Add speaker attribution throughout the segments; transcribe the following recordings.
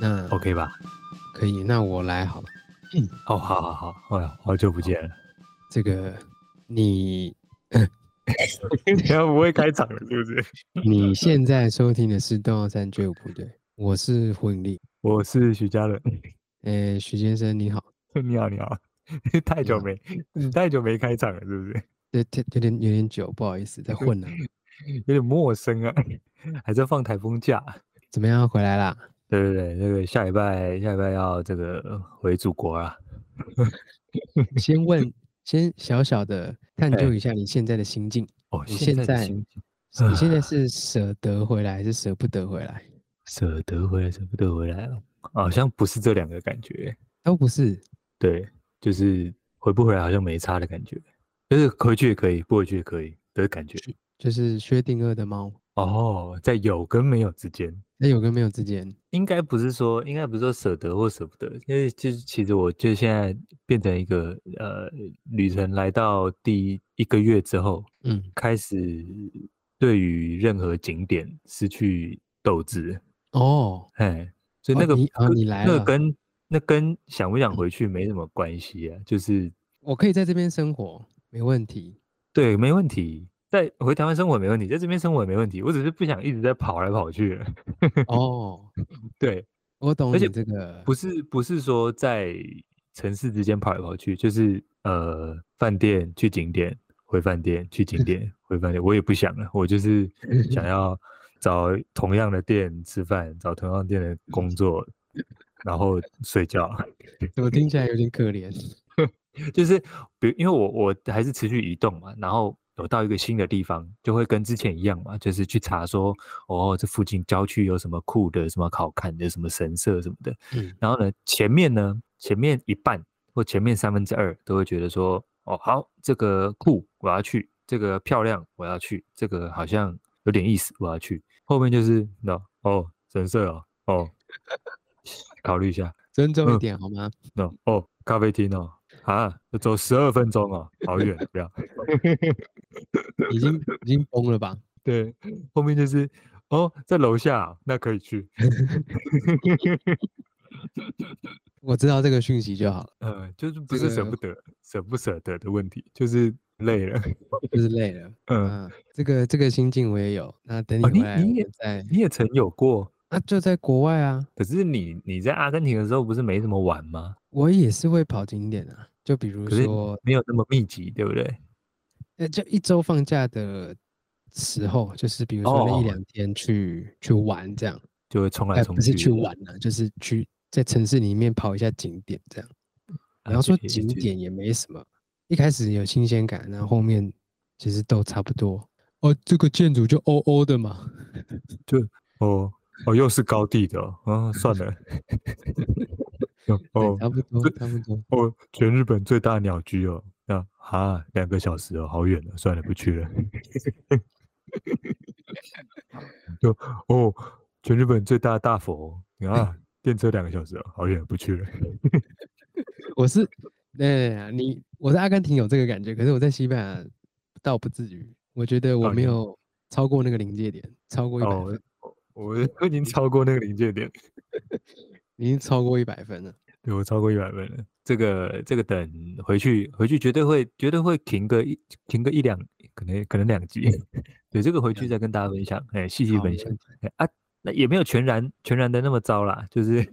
Speaker 1: 那
Speaker 2: OK 吧？
Speaker 1: 可以，那我来好了。
Speaker 2: 哦，好好好，哎呀，好久不见了，
Speaker 1: 这个你
Speaker 2: 你要不会开场了是不 是？嗯
Speaker 1: 你现在收听的是《动摇三追舞部队》，我是胡颖丽。
Speaker 2: 我是许家人，
Speaker 1: 诶，许先生你好，
Speaker 2: 你好你好，太久没你太久没开场了是不 是？
Speaker 1: 这这有点有点久，不好意思，在混了。
Speaker 2: 嗯有点陌生啊， 还在放台风假。
Speaker 1: 怎么样，回来啦？
Speaker 2: 对对对，那个下礼拜下礼拜要这个回祖国啊啦。
Speaker 1: 先问，先小小的探
Speaker 2: 嗯哎
Speaker 1: 究一下你现在的心境。
Speaker 2: 哦，
Speaker 1: 你现
Speaker 2: 在的
Speaker 1: 在
Speaker 2: 心情
Speaker 1: 你现在是舍得回来，还是舍不得回来？
Speaker 2: 舍得回来，舍不得回来哦，好像不是这两个感觉。
Speaker 1: 都不是，
Speaker 2: 对，就是回不回来好像没差的感觉，就是回去也可以，不回去也可以的感觉。
Speaker 1: 就是薛定谔的猫，
Speaker 2: 哦，在有跟没有之间，
Speaker 1: 那有跟没有之间。
Speaker 2: 应该不是说，应该不是说舍得或舍不得，因为就是其实我就现在变成一个呃旅程来到第一个月之后，
Speaker 1: 嗯，
Speaker 2: 开始对于任何景点失去斗志，
Speaker 1: 哦，
Speaker 2: 哎，所
Speaker 1: 哦
Speaker 2: 以那个、
Speaker 1: 你哦
Speaker 2: 跟
Speaker 1: 你来
Speaker 2: 那
Speaker 1: 了嗯
Speaker 2: 个跟那跟想不想回去没什么关系啊，就是
Speaker 1: 我可以在这边生活，没问题。
Speaker 2: 对，没问题。在回台湾生活没问题，在这边生活也没问题，我只是不想一直在跑来跑去。
Speaker 1: 哦，
Speaker 2: 对，
Speaker 1: 我懂
Speaker 2: 嗯而且
Speaker 1: 你这个，
Speaker 2: 不是不是说在城市之间跑来跑去，就是呃，饭店去景点，回饭店去景点，回饭店，我也不想了，我就是想要找同样的店吃饭，找同样的店的工作，然后睡觉。
Speaker 1: 怎么听起来有点可怜？
Speaker 2: 就是比如因为我我还是持续移动嘛，然后我到一个新的地方，就会跟之前一样嘛，就是去查说哦，这附近郊区有什么酷的、什么好看的、什么神社什么的。
Speaker 1: 嗯，
Speaker 2: 然后呢，前面呢，前面一半或前面三分之二都会觉得说哦，好，这个酷我要去，这个漂亮我要去，这个好像有点意思我要去。后面就是那哦，神社哦，哦，考虑一下。
Speaker 1: 尊重一
Speaker 2: 嗯
Speaker 1: 点好吗？
Speaker 2: 那哦，咖啡厅哦，啊，要走十二分钟哦，好远，不要。
Speaker 1: 已 经已经崩了吧？
Speaker 2: 对，后面就是哦，在楼下啊、那可以去。
Speaker 1: 我知道这个讯息就好了，
Speaker 2: 呃，就是不
Speaker 1: 这
Speaker 2: 是舍
Speaker 1: 个
Speaker 2: 不得、舍不舍得的问题，就是累了。
Speaker 1: 就是累了。
Speaker 2: 嗯，
Speaker 1: 嗯，这个这个心境我也有。那等你
Speaker 2: 哦
Speaker 1: 回
Speaker 2: 你
Speaker 1: 来，
Speaker 2: 你
Speaker 1: 我
Speaker 2: 也
Speaker 1: 们再
Speaker 2: 你也曾有过，
Speaker 1: 啊，就在国外啊，
Speaker 2: 可是你你在阿根廷的时候不是没怎么玩吗？
Speaker 1: 我也是会跑景点啊。就比如
Speaker 2: 可是
Speaker 1: 说，
Speaker 2: 没有那么密集，对不对？
Speaker 1: 呃，就一周放假的时候，就是比如说那一
Speaker 2: 哦
Speaker 1: 两天去、去玩这样，
Speaker 2: 就会冲来
Speaker 1: 哎，
Speaker 2: 冲
Speaker 1: 不
Speaker 2: 去
Speaker 1: 是
Speaker 2: 的。
Speaker 1: 去玩啊，就是去在城市里面跑一下景点这样。
Speaker 2: 啊，
Speaker 1: 然后
Speaker 2: 就
Speaker 1: 说
Speaker 2: 也
Speaker 1: 景
Speaker 2: 就
Speaker 1: 点也没什么，一开始有新鲜感，然后后面其实都差不多。哦，这个建筑就欧欧的嘛，
Speaker 2: 哦哦，又是高地的哦，啊，算了。
Speaker 1: 对
Speaker 2: 哦，
Speaker 1: 差不多
Speaker 2: 这
Speaker 1: 差不 多。
Speaker 2: 哦，全日本最大的鸟居哦，那啊，两个小时哦，好远了，算了，不去了。 就哦，全日本最大的大佛 哦啊，电车两个小时哦，好远，不去了。
Speaker 1: 我是，哎，你我在阿根廷有这个感觉，可是我在西班牙倒不至于，我觉得我
Speaker 2: 哦
Speaker 1: 没
Speaker 2: 你
Speaker 1: 有超过那个临界点，超过一百
Speaker 2: 哦
Speaker 1: 分，，
Speaker 2: 我我我已经超过那个临界点，
Speaker 1: 已经超过一百分了。
Speaker 2: 对我超过一百分了。这个这个等回去回去绝对会绝对会停个一停个一两，可能可能两集。 对，这个回去再跟大家分享，哎，细细
Speaker 1: 嗯好
Speaker 2: 分
Speaker 1: 没
Speaker 2: 享。
Speaker 1: 问题
Speaker 2: 哎啊，那也没有全然全然的那么糟啦，就是，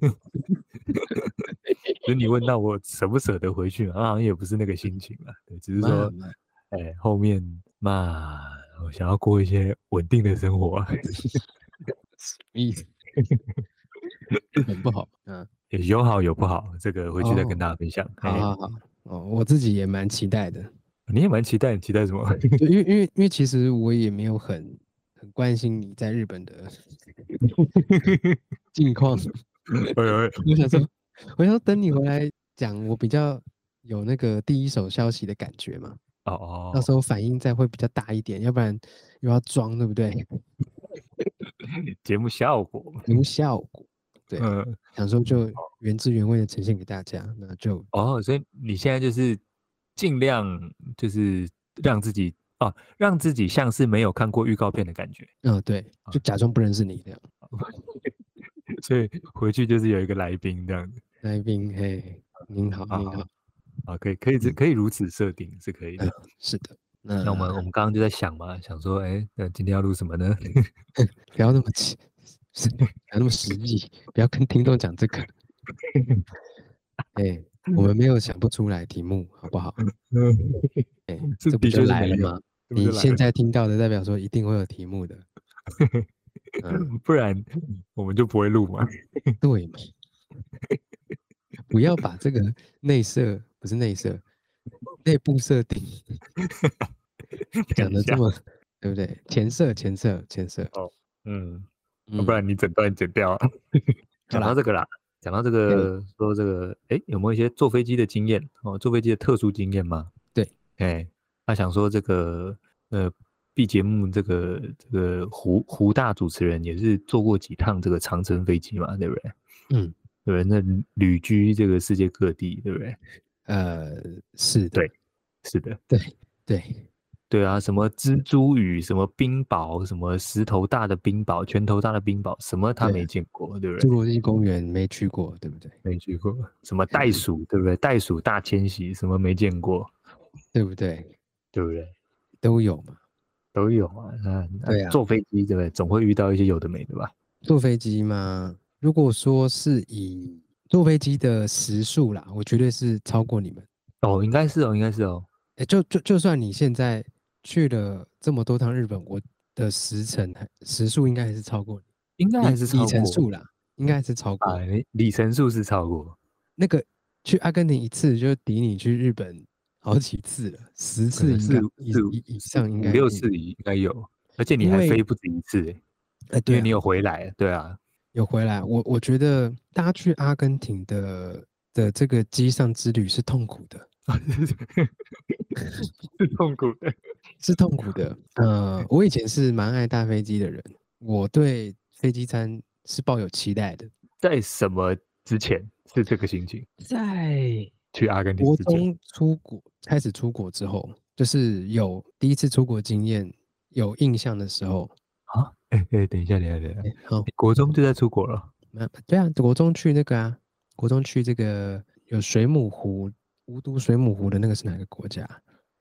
Speaker 2: 就你问到我舍不舍得回去嘛，啊好像也不是那个心情啦，对，只是
Speaker 1: 妈
Speaker 2: 说，
Speaker 1: 妈
Speaker 2: 哎，后面嘛，我想要过一些稳定的生活啊，
Speaker 1: 意思 很不好。嗯，
Speaker 2: 也有好有不好，这个回去再跟大家分享。
Speaker 1: 哦好
Speaker 2: 哎
Speaker 1: 好好，哦，我自己也蛮期待的，
Speaker 2: 你也蛮期待，你期待什么？ 哎
Speaker 1: 对 因为因为因为其实我也没有很很关心你在日本 的近况，
Speaker 2: 哎呦哎，
Speaker 1: 我想说，我想说等你回来讲，我比较有那个第一手消息的感觉嘛。
Speaker 2: 哦哦，
Speaker 1: 到时候反应再会比较大一点，要不然又要装，对不对？
Speaker 2: 节目效果嘛，
Speaker 1: 没效果。对，
Speaker 2: 嗯，
Speaker 1: 想说就原汁原味的呈现给大家，那就
Speaker 2: 哦，所以你现在就是尽量就是让自己哦，让自己像是没有看过预告片的感觉。
Speaker 1: 嗯、对，就假装不认识你这样。
Speaker 2: 所以回去就是有一个来宾这样子
Speaker 1: 来宾，嘿，您好，您
Speaker 2: 好
Speaker 1: 好，
Speaker 2: 啊，可以可以
Speaker 1: 嗯
Speaker 2: 这可以如此设定是可以的。
Speaker 1: 是的。那
Speaker 2: 那我们我们刚刚就在想嘛，想说，哎，那今天要录什么呢？
Speaker 1: 不要那么急， 不要那么实际，不要跟听众讲这个。哎、我们没有想不出来题目，好不好？ 哎、
Speaker 2: 是
Speaker 1: 这不就
Speaker 2: 嗯的确是
Speaker 1: 来
Speaker 2: 没
Speaker 1: 了
Speaker 2: 有
Speaker 1: 吗？
Speaker 2: 这不
Speaker 1: 你
Speaker 2: 就来
Speaker 1: 现
Speaker 2: 了
Speaker 1: 在听到的，代表说一定会有题目的。嗯，
Speaker 2: 不然我们就不会录嘛。
Speaker 1: 对嘛？不要把这个内设不是内设，内部设定 讲
Speaker 2: 等一
Speaker 1: 的这
Speaker 2: 下
Speaker 1: 么，对不对？前设前设前设，
Speaker 2: 嗯，
Speaker 1: 嗯
Speaker 2: 不然你整段剪掉啊。讲
Speaker 1: 好啦
Speaker 2: 到
Speaker 1: 嗯
Speaker 2: 这个啦，讲到这个，说这个，哎，有没有一些坐飞机的经验？哦，坐飞机的特殊经验吗？
Speaker 1: 对，
Speaker 2: 哎，他想说这个，呃，B 节目这个这个胡胡大主持人也是坐过几趟这个长城飞机嘛，对不对？
Speaker 1: 嗯，
Speaker 2: 对不对，那旅居这个世界各地，对不对？
Speaker 1: 呃，是的，
Speaker 2: 对是的，
Speaker 1: 对，
Speaker 2: 对啊，什么蜘蛛雨，什么冰雹，什么石头大的冰雹，拳头大的冰雹，什么他
Speaker 1: 对啊
Speaker 2: 没见过，对不
Speaker 1: 侏
Speaker 2: 对？
Speaker 1: 罗纪公园没去过，对不对？
Speaker 2: 没去过，什么袋鼠，对不对？袋鼠大迁徙，什么没见过，
Speaker 1: 对不对？
Speaker 2: 对不对？
Speaker 1: 都有嘛。
Speaker 2: 都有啊，那那
Speaker 1: 对啊
Speaker 2: 坐飞机对不对？总会遇到一些有的没的吧？
Speaker 1: 坐飞机嘛，如果说是以坐飞机的时速啦，我绝对是超过你们。
Speaker 2: 哦，应该是哦，应该是哦，
Speaker 1: 哎，就就就算你现在去了这么多趟日本，我的时程还时速应该还是超过你，
Speaker 2: 应该还
Speaker 1: 里
Speaker 2: 是
Speaker 1: 里
Speaker 2: 超
Speaker 1: 程
Speaker 2: 过
Speaker 1: 数啦，应该还是超过。
Speaker 2: 啊，里程数是超过，
Speaker 1: 那个去阿根廷一次就抵你去日本好几次了，十
Speaker 2: 可
Speaker 1: 次
Speaker 2: 能
Speaker 1: 应该以
Speaker 2: 四四
Speaker 1: 以以上应
Speaker 2: 五
Speaker 1: 该
Speaker 2: 六
Speaker 1: 有
Speaker 2: 次应该有，而且你
Speaker 1: 因
Speaker 2: 还
Speaker 1: 为
Speaker 2: 飞不止一次欸，
Speaker 1: 哎，
Speaker 2: 因
Speaker 1: 对
Speaker 2: 为
Speaker 1: 啊、
Speaker 2: 你有回来，对啊，
Speaker 1: 有回来，我我觉得大家去阿根廷的的这个机上之旅是痛苦的，
Speaker 2: 是痛苦的，
Speaker 1: 是痛苦的。呃，我以前是蛮爱搭飞机的人，我对飞机餐是抱有期待的。
Speaker 2: 在什么之前是这个心情？
Speaker 1: 在
Speaker 2: 去阿根廷
Speaker 1: 国
Speaker 2: 之前，
Speaker 1: 中出国开始出国之后，就是有第一次出国经验有印象的时候，
Speaker 2: 哎哎、等一下，等一下，等一下，
Speaker 1: 哎好，
Speaker 2: 你国中就在出国了，
Speaker 1: 那对啊，国中去那个啊，国中去这个有水母湖，无毒水母湖的那个是哪个国家？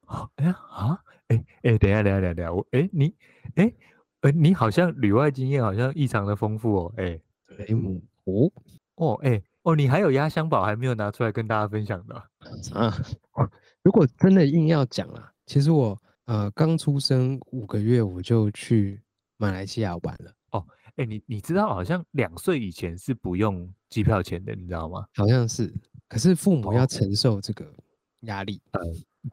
Speaker 2: 啊哎呀啊，哎、哎、等一下，等一下，等一下等一下，我哎、你哎、呃你好像旅外经验好像异常的丰富哦，哎、
Speaker 1: 水母湖
Speaker 2: 哦哎、哦，你还有压箱宝还没有拿出来跟大家分享的啊、
Speaker 1: 啊，如果真的硬要讲啊，其实我呃刚出生五个月我就去马来西亚玩了，
Speaker 2: 哎、你你知道好像两岁以前是不用机票钱的，你知道吗？
Speaker 1: 好像是，可是父母要
Speaker 2: 哦
Speaker 1: 承受这个压力，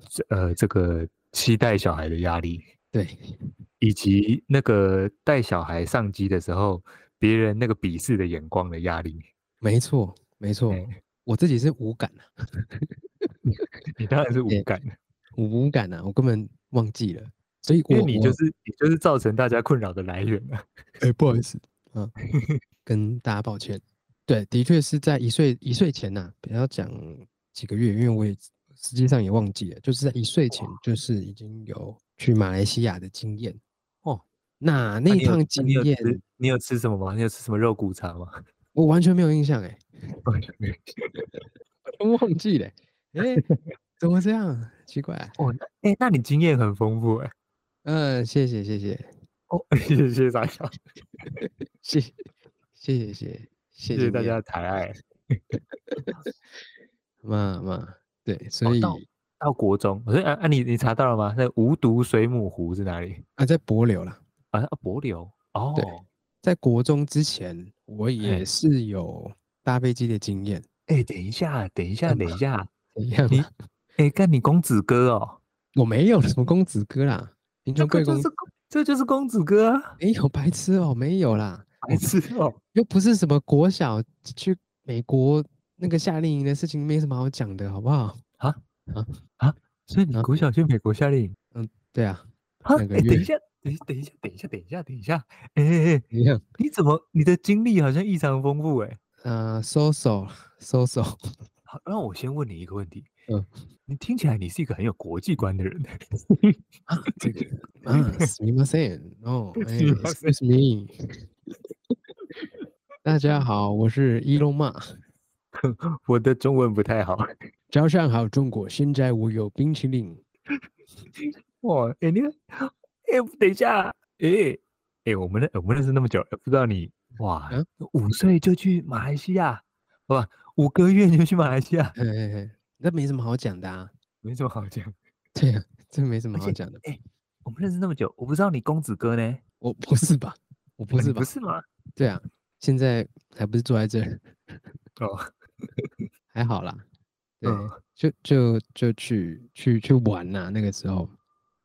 Speaker 2: 这呃这个期待小孩的压力，
Speaker 1: 对，
Speaker 2: 以及那个带小孩上机的时候，别人那个鄙视的眼光的压力。
Speaker 1: 没错没错，
Speaker 2: 哎
Speaker 1: 我自己是无感啊，
Speaker 2: 你当然是无
Speaker 1: 哎
Speaker 2: 感的，
Speaker 1: 我无感啊，我根本忘记了，所以我
Speaker 2: 因为你
Speaker 1: 我
Speaker 2: 就是你就是造成大家困扰的来源啊。
Speaker 1: 哎、不好意思 啊，跟大家抱歉。对，的确是在一岁一岁前呐、不要讲几个月，因为我也实际上也忘记了，就是在一岁前，就是已经有去马来西亚的经验
Speaker 2: 哦。
Speaker 1: 那那
Speaker 2: 你
Speaker 1: 一
Speaker 2: 有
Speaker 1: 趟
Speaker 2: 那
Speaker 1: 经
Speaker 2: 你有
Speaker 1: 验，
Speaker 2: 吃你有吃什么吗？你有吃什么肉骨茶吗？
Speaker 1: 我完全没有印象哎、我忘记了、欸。哎、怎么这样？奇怪。啊
Speaker 2: 哦，哎、那你经验很丰富哎、
Speaker 1: 嗯，谢谢谢谢
Speaker 2: 哦， 谢谢谢谢大家，
Speaker 1: 谢谢谢谢谢谢
Speaker 2: 谢谢大
Speaker 1: 你啊
Speaker 2: 家的抬爱。
Speaker 1: 嘛嘛，对，所
Speaker 2: 哦
Speaker 1: 以、
Speaker 2: 到到国中，所以啊啊，你你查到了吗？那无毒水母湖是哪里？
Speaker 1: 啊，在博流啦。
Speaker 2: 啊，啊帛流哦，
Speaker 1: 在国中之前，我也
Speaker 2: 嘿
Speaker 1: 是有搭飞机的经验。
Speaker 2: 哎、等一下，等一下，
Speaker 1: 干
Speaker 2: 等一下，
Speaker 1: 怎样
Speaker 2: 你
Speaker 1: 啦？
Speaker 2: 哎、干你公子哥哦，
Speaker 1: 我没有什么公子哥啦，贫
Speaker 2: 这
Speaker 1: 穷
Speaker 2: 个
Speaker 1: 贵
Speaker 2: 就
Speaker 1: 公
Speaker 2: 是公这就是公子哥啊，
Speaker 1: 没有白痴哦，没有啦，
Speaker 2: 白 痴哦，
Speaker 1: 又不是什么国小去美国那个夏令营的事情，没什么好讲的，好不好？
Speaker 2: 啊所以你
Speaker 1: 啊
Speaker 2: 国小去美国夏令营
Speaker 1: 对啊，
Speaker 2: 啊？
Speaker 1: 那
Speaker 2: 哎、
Speaker 1: 个
Speaker 2: 等
Speaker 1: 月
Speaker 2: 一下，等一等一下，等一下，等一下，等一下，哎哎哎，
Speaker 1: 一样
Speaker 2: 你怎么你的经历好像异常丰富哎、
Speaker 1: 啊，搜索搜索，啊
Speaker 2: 好，那我先问你一个问题，
Speaker 1: 嗯，
Speaker 2: 你听起来你是一个很有国际观的人，
Speaker 1: 啊，这个
Speaker 2: 嗯
Speaker 1: 啊，すみません，哦，哎
Speaker 2: すみません
Speaker 1: ，excuse me，大家好，我是伊隆马。
Speaker 2: 我的中文不太好。
Speaker 1: 早上好，中国！现在我有冰淇淋。
Speaker 2: 哇，哎、你，哎、等一下，哎、哎、我们认我们认识那么久，不知道你哇
Speaker 1: 嗯，
Speaker 2: 五、岁就去马来西亚，好吧，五个月就去马来西亚，
Speaker 1: 嘿嘿嘿，那没什么好讲的啊。
Speaker 2: 没什么好讲。
Speaker 1: 对啊，这没什么
Speaker 2: 而
Speaker 1: 好
Speaker 2: 且
Speaker 1: 讲的。
Speaker 2: 我们认识那么久，我不知道你公子哥呢？
Speaker 1: 我不是吧？我不
Speaker 2: 啊
Speaker 1: 是
Speaker 2: 你
Speaker 1: 吧
Speaker 2: 不？是吗？
Speaker 1: 对啊，现在还不是坐在这儿，
Speaker 2: 哦，
Speaker 1: 还好啦。对，
Speaker 2: 嗯
Speaker 1: 就就就去去去玩呐、那个时候，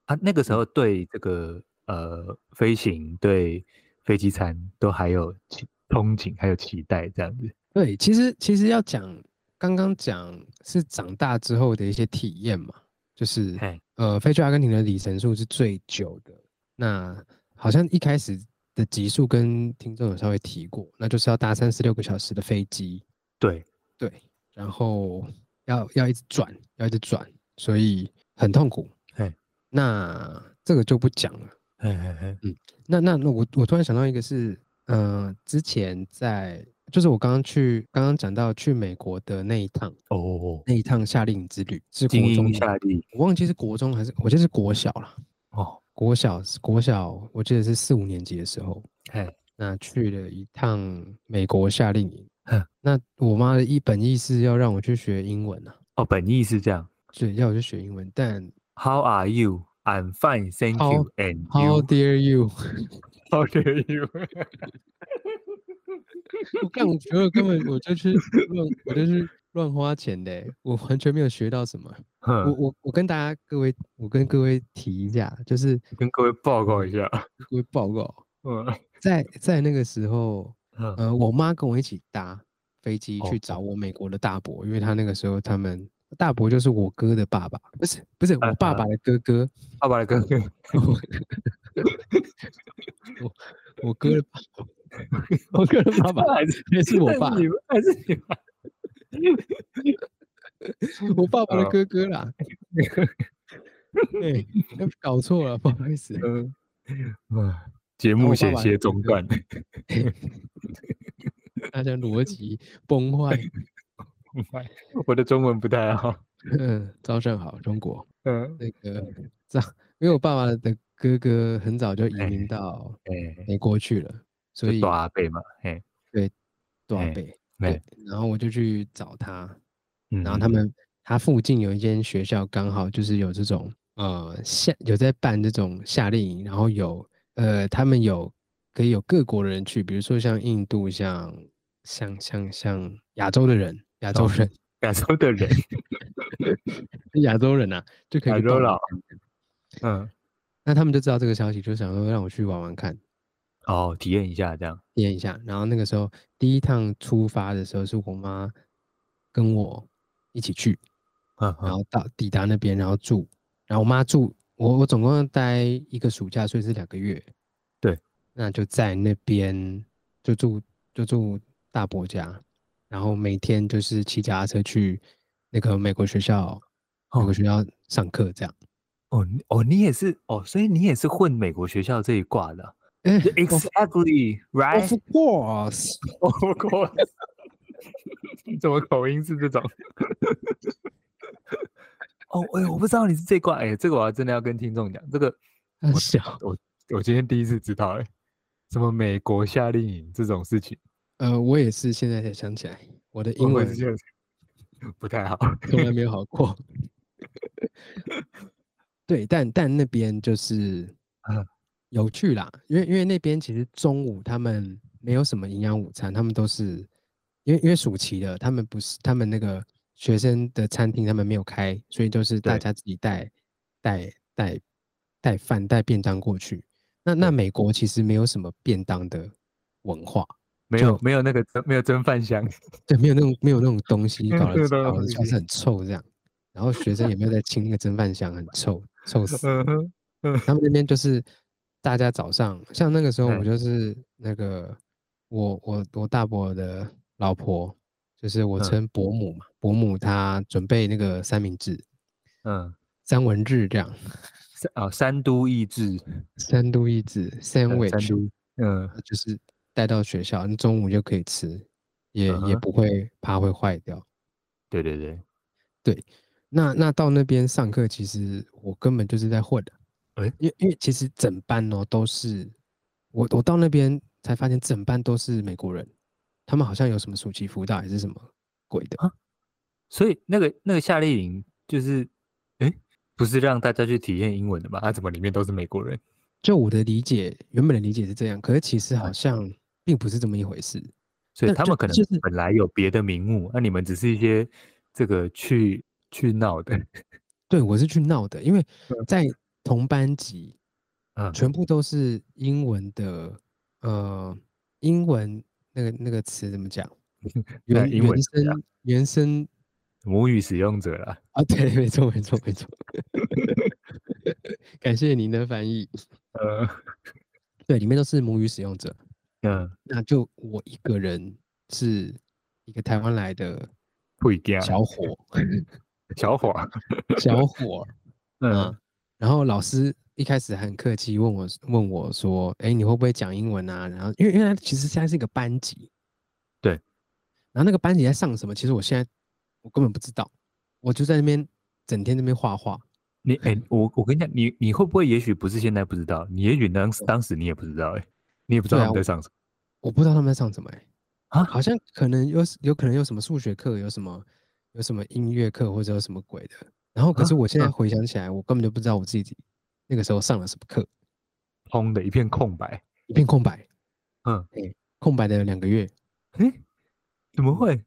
Speaker 2: 啊，那个时候对这个呃飞行、对飞机餐都还有期憧憬，还有期待这样子。
Speaker 1: 对，其实其实要讲，刚刚讲是长大之后的一些体验嘛，就是
Speaker 2: 嘿，
Speaker 1: 呃，飞去阿根廷的里程数是最久的。那好像一开始的集数跟听众有稍微提过，那就是要搭三十六个小时的飞机，
Speaker 2: 对，
Speaker 1: 对，然后要要一直转，要一直转，所以很痛苦。
Speaker 2: 嘿，
Speaker 1: 那这个就不讲了。
Speaker 2: 嘿嘿嘿，
Speaker 1: 那那那我我突然想到一个是，呃，之前在就是我刚刚去刚刚讲到去美国的那一趟
Speaker 2: 哦哦哦，
Speaker 1: 那一趟夏令营之旅是
Speaker 2: 精
Speaker 1: 国中
Speaker 2: 英
Speaker 1: 的，
Speaker 2: 下地
Speaker 1: 我忘记是国中还是我记得是国小了，
Speaker 2: 哦，
Speaker 1: 国小国小我记得是四五年级的时候，
Speaker 2: 嘿，
Speaker 1: 那去了一趟美国夏令营
Speaker 2: 哼。
Speaker 1: 那我妈的一本意是要让我去学英文啊，
Speaker 2: 哦，本意是这样。
Speaker 1: 对，要我去学英文，但
Speaker 2: How are you? I'm fine, thank
Speaker 1: How-
Speaker 2: you. And
Speaker 1: How
Speaker 2: you?
Speaker 1: dare you！
Speaker 2: How dare you?
Speaker 1: 我干，我觉得根本我就是乱，我就是乱花钱的欸，我完全没有学到什么。我
Speaker 2: 哼，
Speaker 1: 我我跟大家各位，我跟各位提一下，就是
Speaker 2: 跟各位报告一 下，
Speaker 1: 各位报告，
Speaker 2: 嗯
Speaker 1: 在在那个时候，
Speaker 2: 嗯
Speaker 1: 呃，我妈跟我一起搭飞机
Speaker 2: 哦
Speaker 1: 去找我美国的大伯，因为他那个时候他们大伯就是我哥的爸爸，不是不是
Speaker 2: 啊
Speaker 1: 我爸
Speaker 2: 啊
Speaker 1: 爸的哥哥，
Speaker 2: 爸爸的 哥哥，
Speaker 1: 我哥的爸爸，我哥的爸爸
Speaker 2: 还是
Speaker 1: 也是我
Speaker 2: 还
Speaker 1: 爸，
Speaker 2: 你们还是你爸？
Speaker 1: 我爸爸的
Speaker 2: 啊
Speaker 1: 哥哥啦。 对，搞错了，不好意思。
Speaker 2: 嗯， 哇，节
Speaker 1: 我
Speaker 2: 目
Speaker 1: 爸
Speaker 2: 险
Speaker 1: 爸
Speaker 2: 些
Speaker 1: 的
Speaker 2: 中
Speaker 1: 哥
Speaker 2: 断，
Speaker 1: 大家逻辑崩坏。
Speaker 2: 我的中文不太好。
Speaker 1: 嗯，早上好，中国。
Speaker 2: 嗯，
Speaker 1: 那个早，因为我爸爸的哥哥很早就移
Speaker 2: 哎
Speaker 1: 民到
Speaker 2: 哎，
Speaker 1: 美国去了，所
Speaker 2: 就
Speaker 1: 以
Speaker 2: 大阿伯嘛，哎，
Speaker 1: 多
Speaker 2: 哎
Speaker 1: 北。对
Speaker 2: 哎，，
Speaker 1: 然后我就去找他，然后
Speaker 2: 嗯
Speaker 1: 他们他附近有一间学校，刚好就是有这种呃夏有在办这种夏令营，然后有呃他们有可以有各国的人去，比如说像印度，像像像像亚洲的人，亚洲
Speaker 2: 哦
Speaker 1: 人，
Speaker 2: 亚洲的人，
Speaker 1: 亚洲人啊，就可以
Speaker 2: 亚
Speaker 1: 去
Speaker 2: 洲
Speaker 1: 报名
Speaker 2: 佬，嗯，
Speaker 1: 那他们就知道这个消息，就想说让我去玩玩看，
Speaker 2: 哦，体验一下这样，
Speaker 1: 体验一下。然后那个时候第一趟出发的时候，是我妈跟我一起去，
Speaker 2: 嗯
Speaker 1: 然
Speaker 2: 嗯
Speaker 1: 后到抵达那边，然后住，然后我妈住，我我总共要待一个暑假，所以是两个月。
Speaker 2: 对，
Speaker 1: 那就在那边就住就住大伯家，然后每天就是骑脚踏车去那个美国学校，美国
Speaker 2: 哦
Speaker 1: 学校上课这样。
Speaker 2: 哦你哦，你也是哦，所以你也是混美国学校这一挂 的啊。
Speaker 1: 哎
Speaker 2: Exactly right.
Speaker 1: Of course，
Speaker 2: Of course. 你怎么口音是这种？ 哦，哎、我不知道你是这一挂，哎、这个我要真的要跟听众讲，这个
Speaker 1: 很
Speaker 2: 我
Speaker 1: 小，
Speaker 2: 我今天第一次知道、哎，什么美国夏令营这种事情，
Speaker 1: 呃，我也是现在才想起来，我 的
Speaker 2: 我
Speaker 1: 英文
Speaker 2: 之前不太好。
Speaker 1: 从来没有好过。对，但但那边就是
Speaker 2: 嗯
Speaker 1: 有趣啦，因为因为那边其实中午他们没有什么营养午餐，他们都是因为因为暑期的，他们不是他们那个学生的餐厅他们没有开，所以就是大
Speaker 2: 对
Speaker 1: 家自己带带带带饭带便当过去。那那美国其实没有什么便当的文化，
Speaker 2: 没有没有那个蒸没有蒸饭 香，
Speaker 1: 对，没有那种没有那种东西，
Speaker 2: 没有
Speaker 1: 搞
Speaker 2: 那
Speaker 1: 得
Speaker 2: 种
Speaker 1: 搞得
Speaker 2: 东
Speaker 1: 像是
Speaker 2: 西
Speaker 1: 很臭这样。然后学生也没有在清那个蒸饭箱，很臭，臭 死。
Speaker 2: 嗯哼，
Speaker 1: 他们那边就是大家早上，像那个时候我
Speaker 2: 对
Speaker 1: 就是那个我我我大伯的老婆，就是我
Speaker 2: 嗯
Speaker 1: 称伯母嘛，伯母她准备那个三明治、
Speaker 2: 嗯，
Speaker 1: 三文治这样，
Speaker 2: 三哦，三都意志，
Speaker 1: 三都意志
Speaker 2: 呃三
Speaker 1: sandwich，
Speaker 2: 都，嗯
Speaker 1: 就是带到学校，你中午就可以吃，也、也
Speaker 2: 嗯哼
Speaker 1: 不会怕会坏掉。
Speaker 2: 对对对，
Speaker 1: 那那到那边上课，其实我根本就是在混的、
Speaker 2: 诶
Speaker 1: 因为因为其实整班哦都是我我到那边才发现整班都是美国人，他们好像有什么暑期辅导还是什么鬼的，
Speaker 2: 所以那个那个夏令营就是，哎，不是让大家去体验英文的吗？啊，怎么里面都是美国人？
Speaker 1: 就我的理解，原本的理解是这样，可是其实好像并不是这么一回事。
Speaker 2: 所以
Speaker 1: 那
Speaker 2: 他
Speaker 1: 就
Speaker 2: 们可能
Speaker 1: 就是
Speaker 2: 本来有别的名目，那、你们只是一些这个去去闹的，
Speaker 1: 对我是去闹的，因为
Speaker 2: 嗯
Speaker 1: 在同班级
Speaker 2: 嗯，
Speaker 1: 全部都是英文的，呃，英文那个那个词怎么 讲？原
Speaker 2: 英文
Speaker 1: 原
Speaker 2: 啊怎么
Speaker 1: 生
Speaker 2: 讲
Speaker 1: 原生
Speaker 2: 母语使用者啦。
Speaker 1: 啊， 对，没错没错没错， 感谢您的翻译。
Speaker 2: 呃，
Speaker 1: 对，里面都是母语使用者，
Speaker 2: 嗯，
Speaker 1: 那就我一个人是一个台湾来的
Speaker 2: 不一定啊，
Speaker 1: 小伙
Speaker 2: 小伙儿，
Speaker 1: 小伙 儿，
Speaker 2: 嗯
Speaker 1: 嗯，然后老师一开始还很客气，问我问我说：“哎，你会不会讲英文啊？”然后因为因为它其实现在是一个班级，
Speaker 2: 对，
Speaker 1: 然后那个班级在上什么，其实我现在我根本不知道，我就在那边整天在那边画画，
Speaker 2: 你哎、
Speaker 1: 嗯
Speaker 2: 我我跟你讲，你你会不会也许不是现在不知道，你也许当时当时你也不知道哎、你也不知道
Speaker 1: 对
Speaker 2: 他们
Speaker 1: 啊
Speaker 2: 在上什么。
Speaker 1: 我不知道他们在上什么、欸，
Speaker 2: 啊
Speaker 1: 好像可能有有可能有什么数学课，有什么有什么音乐课，或者有什么鬼的。然后可
Speaker 2: 啊
Speaker 1: 是我现在
Speaker 2: 嗯
Speaker 1: 回想起来，我根本就不知道我自己那个时候上了什么课，
Speaker 2: 空的一片空白。
Speaker 1: 一片空白，哎
Speaker 2: 嗯，
Speaker 1: 空白的两个月，
Speaker 2: 哎、怎么会？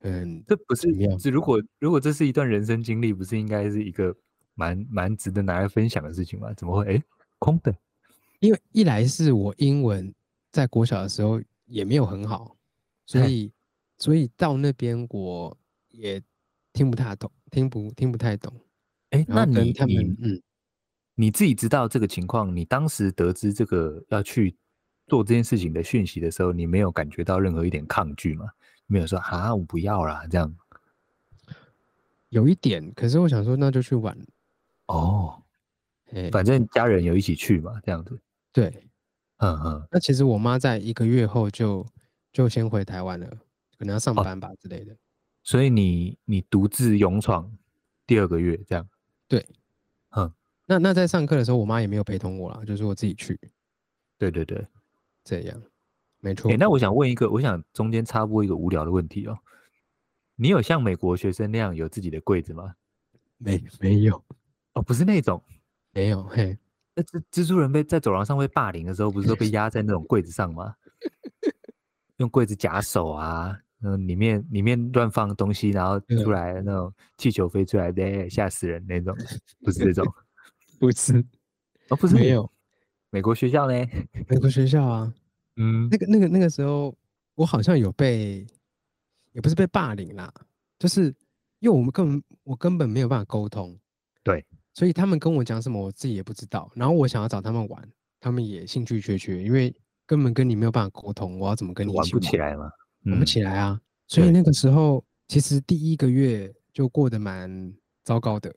Speaker 1: 嗯，
Speaker 2: 这不是
Speaker 1: 奇妙
Speaker 2: 是如果如果这是一段人生经历，不是应该是一个蛮蛮值得拿来分享的事情吗？怎么会？哎、空的。
Speaker 1: 因为一来是我英文在国小的时候也没有很好，所
Speaker 2: 嘿
Speaker 1: 以所以到那边我也听不太懂，听不听不太懂。
Speaker 2: 哎、
Speaker 1: 然后
Speaker 2: 那
Speaker 1: 跟
Speaker 2: 你
Speaker 1: 他
Speaker 2: 你
Speaker 1: 们，嗯，
Speaker 2: 你自己知道这个情况，你当时得知这个要去做这件事情的讯息的时候，你没有感觉到任何一点抗拒吗？没有说啊，我不要啦，这样
Speaker 1: 有一点，可是我想说那就去玩，
Speaker 2: 哦，
Speaker 1: 哎，
Speaker 2: 反正家人有一起去嘛，这样子，
Speaker 1: 对。
Speaker 2: 嗯嗯，
Speaker 1: 那其实我妈在一个月后就就先回台湾了，可能要上
Speaker 2: 哦
Speaker 1: 班吧之类的。
Speaker 2: 所以你你独自勇闯第二个月这样，
Speaker 1: 那那在上课的时候，我妈也没有陪同我啦，就是我自己去
Speaker 2: 对对对，
Speaker 1: 这样，没错
Speaker 2: 哎、。那我想问一个，我想中间插播一个无聊的问题哦，你有像美国学生那样有自己的柜子吗？
Speaker 1: 没没有
Speaker 2: 哦，不是那种，
Speaker 1: 没有嘿，
Speaker 2: 那蜘蜘蛛人被在走廊上被霸凌的时候，不是都被压在那种柜子上吗？用柜子夹手啊，嗯，里面里面乱放东西，然后
Speaker 1: 嗯
Speaker 2: 出来那种气球飞出来，对，吓死人那种，不是 这种
Speaker 1: 不是
Speaker 2: 哦，不是
Speaker 1: 没有。
Speaker 2: 美国学校嘞，
Speaker 1: 美国学校啊，
Speaker 2: 嗯
Speaker 1: 那个那个那个时候，我好像有被，也不是被霸凌啦，就是因为我们根本我根本没有办法沟通，
Speaker 2: 对，
Speaker 1: 所以他们跟我讲什么，我自己也不知道。然后我想要找他们玩，他们也兴趣缺缺，因为根本跟你没有办法沟通，我要怎么跟你一
Speaker 2: 玩
Speaker 1: 起
Speaker 2: 不起来嘛，
Speaker 1: 玩不
Speaker 2: 嗯，
Speaker 1: 起来啊。所以
Speaker 2: 对
Speaker 1: 那个时候，其实第一个月就过得蛮糟糕的，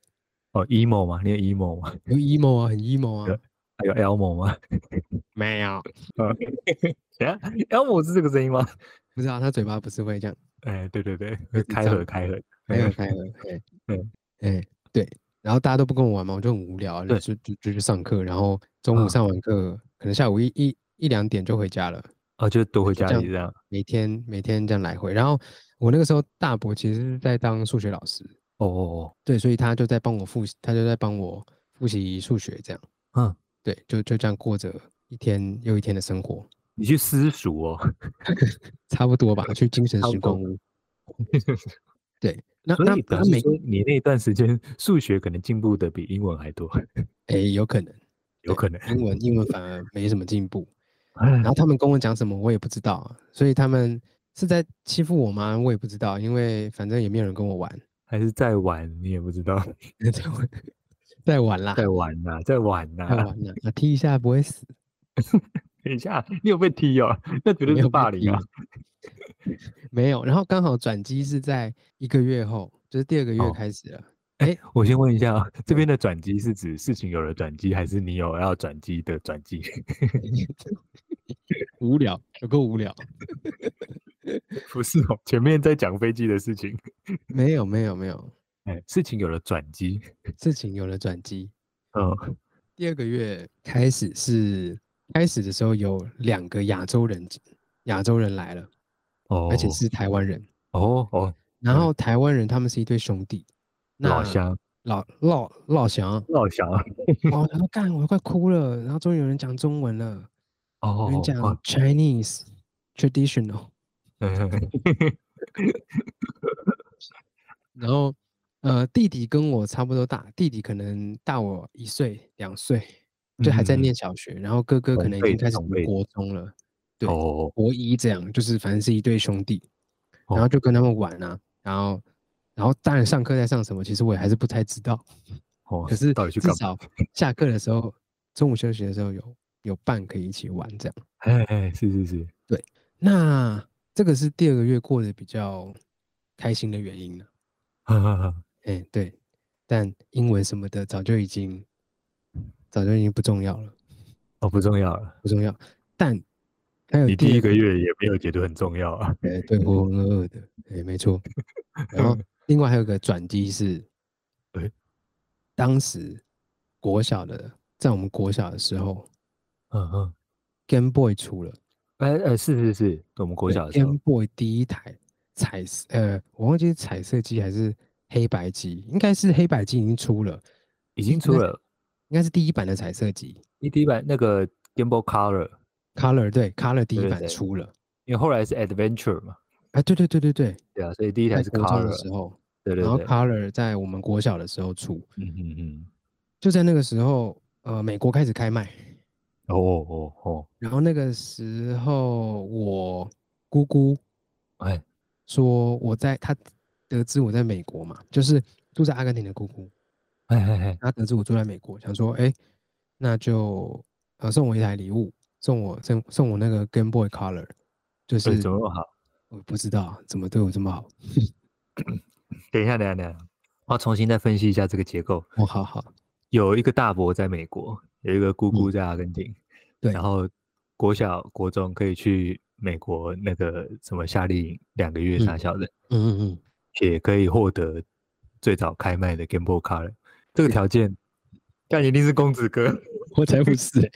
Speaker 2: 哦，emo 吗？你有 emo 吗？
Speaker 1: 有 emo 啊，很 emo 啊，
Speaker 2: 还有 elmo 吗？
Speaker 1: 没有，
Speaker 2: 等下 elmo 是这个声音吗？
Speaker 1: 不知道他嘴巴不是会这样。
Speaker 2: 哎，对对对，
Speaker 1: 有
Speaker 2: 会
Speaker 1: 点
Speaker 2: 开
Speaker 1: 脏
Speaker 2: 合开合，
Speaker 1: 还有
Speaker 2: 嗯
Speaker 1: 还有，哎，
Speaker 2: 嗯
Speaker 1: 哎，对，然后大家都不跟我玩嘛，我就很无聊，啊就
Speaker 2: 对
Speaker 1: 就就就去上课，然后中午
Speaker 2: 嗯
Speaker 1: 上完课，可能下午一一一两点就回家了，
Speaker 2: 哦，就躲回
Speaker 1: 就
Speaker 2: 家
Speaker 1: 这
Speaker 2: 里
Speaker 1: 样
Speaker 2: 这样，
Speaker 1: 每天每天这样来回。然后我那个时候大伯其实是在当数学老师，
Speaker 2: 哦哦
Speaker 1: 对，所以他就在帮我复习，他就在帮我复习数学，这样，
Speaker 2: 哦，嗯，
Speaker 1: 对，就就这样过着一天又一天的生活，
Speaker 2: 你去私塾哦。
Speaker 1: 差不多吧，去精神
Speaker 2: 差不
Speaker 1: 时
Speaker 2: 多
Speaker 1: 光屋。对，那
Speaker 2: 所
Speaker 1: 那
Speaker 2: 以表
Speaker 1: 那
Speaker 2: 示
Speaker 1: 每
Speaker 2: 说，你那段时间数学可能进步的比英文还多，
Speaker 1: 哎有可能
Speaker 2: 有
Speaker 1: 对
Speaker 2: 可能。
Speaker 1: 英文英文反而没什么进步。
Speaker 2: 然
Speaker 1: 然后他们跟我讲什么我也不知道啊，所以他们是在欺负我吗？我也不知道，因为反正也没有人跟我玩，
Speaker 2: 还是在玩，你也不知道，
Speaker 1: 在玩，在玩啦，
Speaker 2: 在玩呐、在玩呐、
Speaker 1: 在 玩啦，啊踢一下不会死，
Speaker 2: 等一下，你有被踢哦？那绝对
Speaker 1: 没
Speaker 2: 是
Speaker 1: 有被
Speaker 2: 霸凌啊！
Speaker 1: 没有。然后刚好转机是在一个月后，就是第二个月
Speaker 2: 哦
Speaker 1: 开始了，
Speaker 2: 我先问一下啊，这边的转机是指事情有了转机，还是你有要转机的转机？
Speaker 1: 无聊，有够无聊。
Speaker 2: 不是哦，前面在讲飞机的事情，
Speaker 1: 没有没有没有，
Speaker 2: 哎，事情有了转机，
Speaker 1: 事情有了转机。
Speaker 2: 嗯，
Speaker 1: 第二个月开始是开始的时候有两个亚洲人，亚洲人来了，
Speaker 2: 哦，
Speaker 1: 而且是台湾人。
Speaker 2: 哦哦，
Speaker 1: 然
Speaker 2: 嗯
Speaker 1: 后台湾人他们是一对兄弟，
Speaker 2: 老
Speaker 1: 那
Speaker 2: 乡，
Speaker 1: 老老老翔，
Speaker 2: 老乡，
Speaker 1: 哦，他说干，我快哭了。然后终于有人讲中文了，有
Speaker 2: 哦
Speaker 1: 人
Speaker 2: 哦
Speaker 1: 讲
Speaker 2: 哦，
Speaker 1: Chinese traditional。
Speaker 2: 嗯
Speaker 1: 然后，呃，弟弟跟我差不多大，弟弟可能大我一岁两岁，就还在
Speaker 2: 嗯
Speaker 1: 念小学。然后哥哥可
Speaker 2: 同
Speaker 1: 能已
Speaker 2: 辈
Speaker 1: 经
Speaker 2: 的
Speaker 1: 开始
Speaker 2: 同
Speaker 1: 读
Speaker 2: 辈的
Speaker 1: 国中了，对，
Speaker 2: 哦，
Speaker 1: 国一这样，就是反正是一对兄弟，然后
Speaker 2: 哦
Speaker 1: 就跟他们玩啊，然后。然后当然上课在上什么，其实我也还是不太知道。
Speaker 2: 哦，
Speaker 1: 可是
Speaker 2: 到底去
Speaker 1: 至
Speaker 2: 干嘛？
Speaker 1: 少下课的时候，中午休息的时候有有伴可以一起玩这样。
Speaker 2: 哎哎，是是是，
Speaker 1: 那这个是第二个月过得比较开心的原因了。
Speaker 2: 哈哈哈，
Speaker 1: 哎，对，但英文什么的早就已经早就已经不重要了，
Speaker 2: 哦，不重要了，
Speaker 1: 不重要。但还有
Speaker 2: 你第一
Speaker 1: 二
Speaker 2: 个月也没有觉得很重要 啊，
Speaker 1: 哎，对浑浑噩噩的，哎，没 错。然后另外还有个转机是，
Speaker 2: 哎
Speaker 1: 当时国小的，在我们国小的时候
Speaker 2: 嗯嗯，
Speaker 1: ，Game Boy 出了，
Speaker 2: 哎哎，是是是，我们国
Speaker 1: 对
Speaker 2: 小的时候
Speaker 1: Game，Boy 第一台彩色呃，我忘记是彩色机还是黑白机，应该是黑白机已经出了，
Speaker 2: 已经出
Speaker 1: 那
Speaker 2: 了
Speaker 1: 应该是第一版的彩色机
Speaker 2: 一 D 版那个 Game Boy Color，
Speaker 1: ，Color 对 Color 第一
Speaker 2: 对
Speaker 1: 版
Speaker 2: 对
Speaker 1: 出了，
Speaker 2: 因为后来是 Adventure 嘛，
Speaker 1: 啊，对对对对对，
Speaker 2: 对啊，所以第一台
Speaker 1: 在
Speaker 2: 是
Speaker 1: 国中的时
Speaker 2: Color，
Speaker 1: 候，
Speaker 2: 对对
Speaker 1: 然后
Speaker 2: 对，
Speaker 1: Color 在我们国小的时候出，
Speaker 2: 嗯嗯嗯，
Speaker 1: 就在那个时候，呃，美国开始开卖，
Speaker 2: 哦哦哦，
Speaker 1: 然后那个时候我姑姑
Speaker 2: 哎，
Speaker 1: 说我在她得知我在美国嘛，就是住在阿根廷的姑姑，
Speaker 2: 哎哎哎，
Speaker 1: 他得知我住在美国，想说，哎、那就呃送我一台礼物，送我送送我那个 Game Boy Color，就是
Speaker 2: 对，怎么那么好？
Speaker 1: 我不知道怎么对我这么好，
Speaker 2: 等一下，等一下，等一下，我要重新再分析一下这个结构。
Speaker 1: 我好好，
Speaker 2: 有一个大伯在美国，有一个姑姑在阿根廷，
Speaker 1: 嗯对
Speaker 2: 然后国小、国中可以去美国那个什么夏令营两个月
Speaker 1: 嗯
Speaker 2: 啥小的，
Speaker 1: 嗯嗯嗯，
Speaker 2: 也可以获得最早开卖的 Game Boy Color。这个条件，但一定是公子哥。
Speaker 1: 我才不是、欸，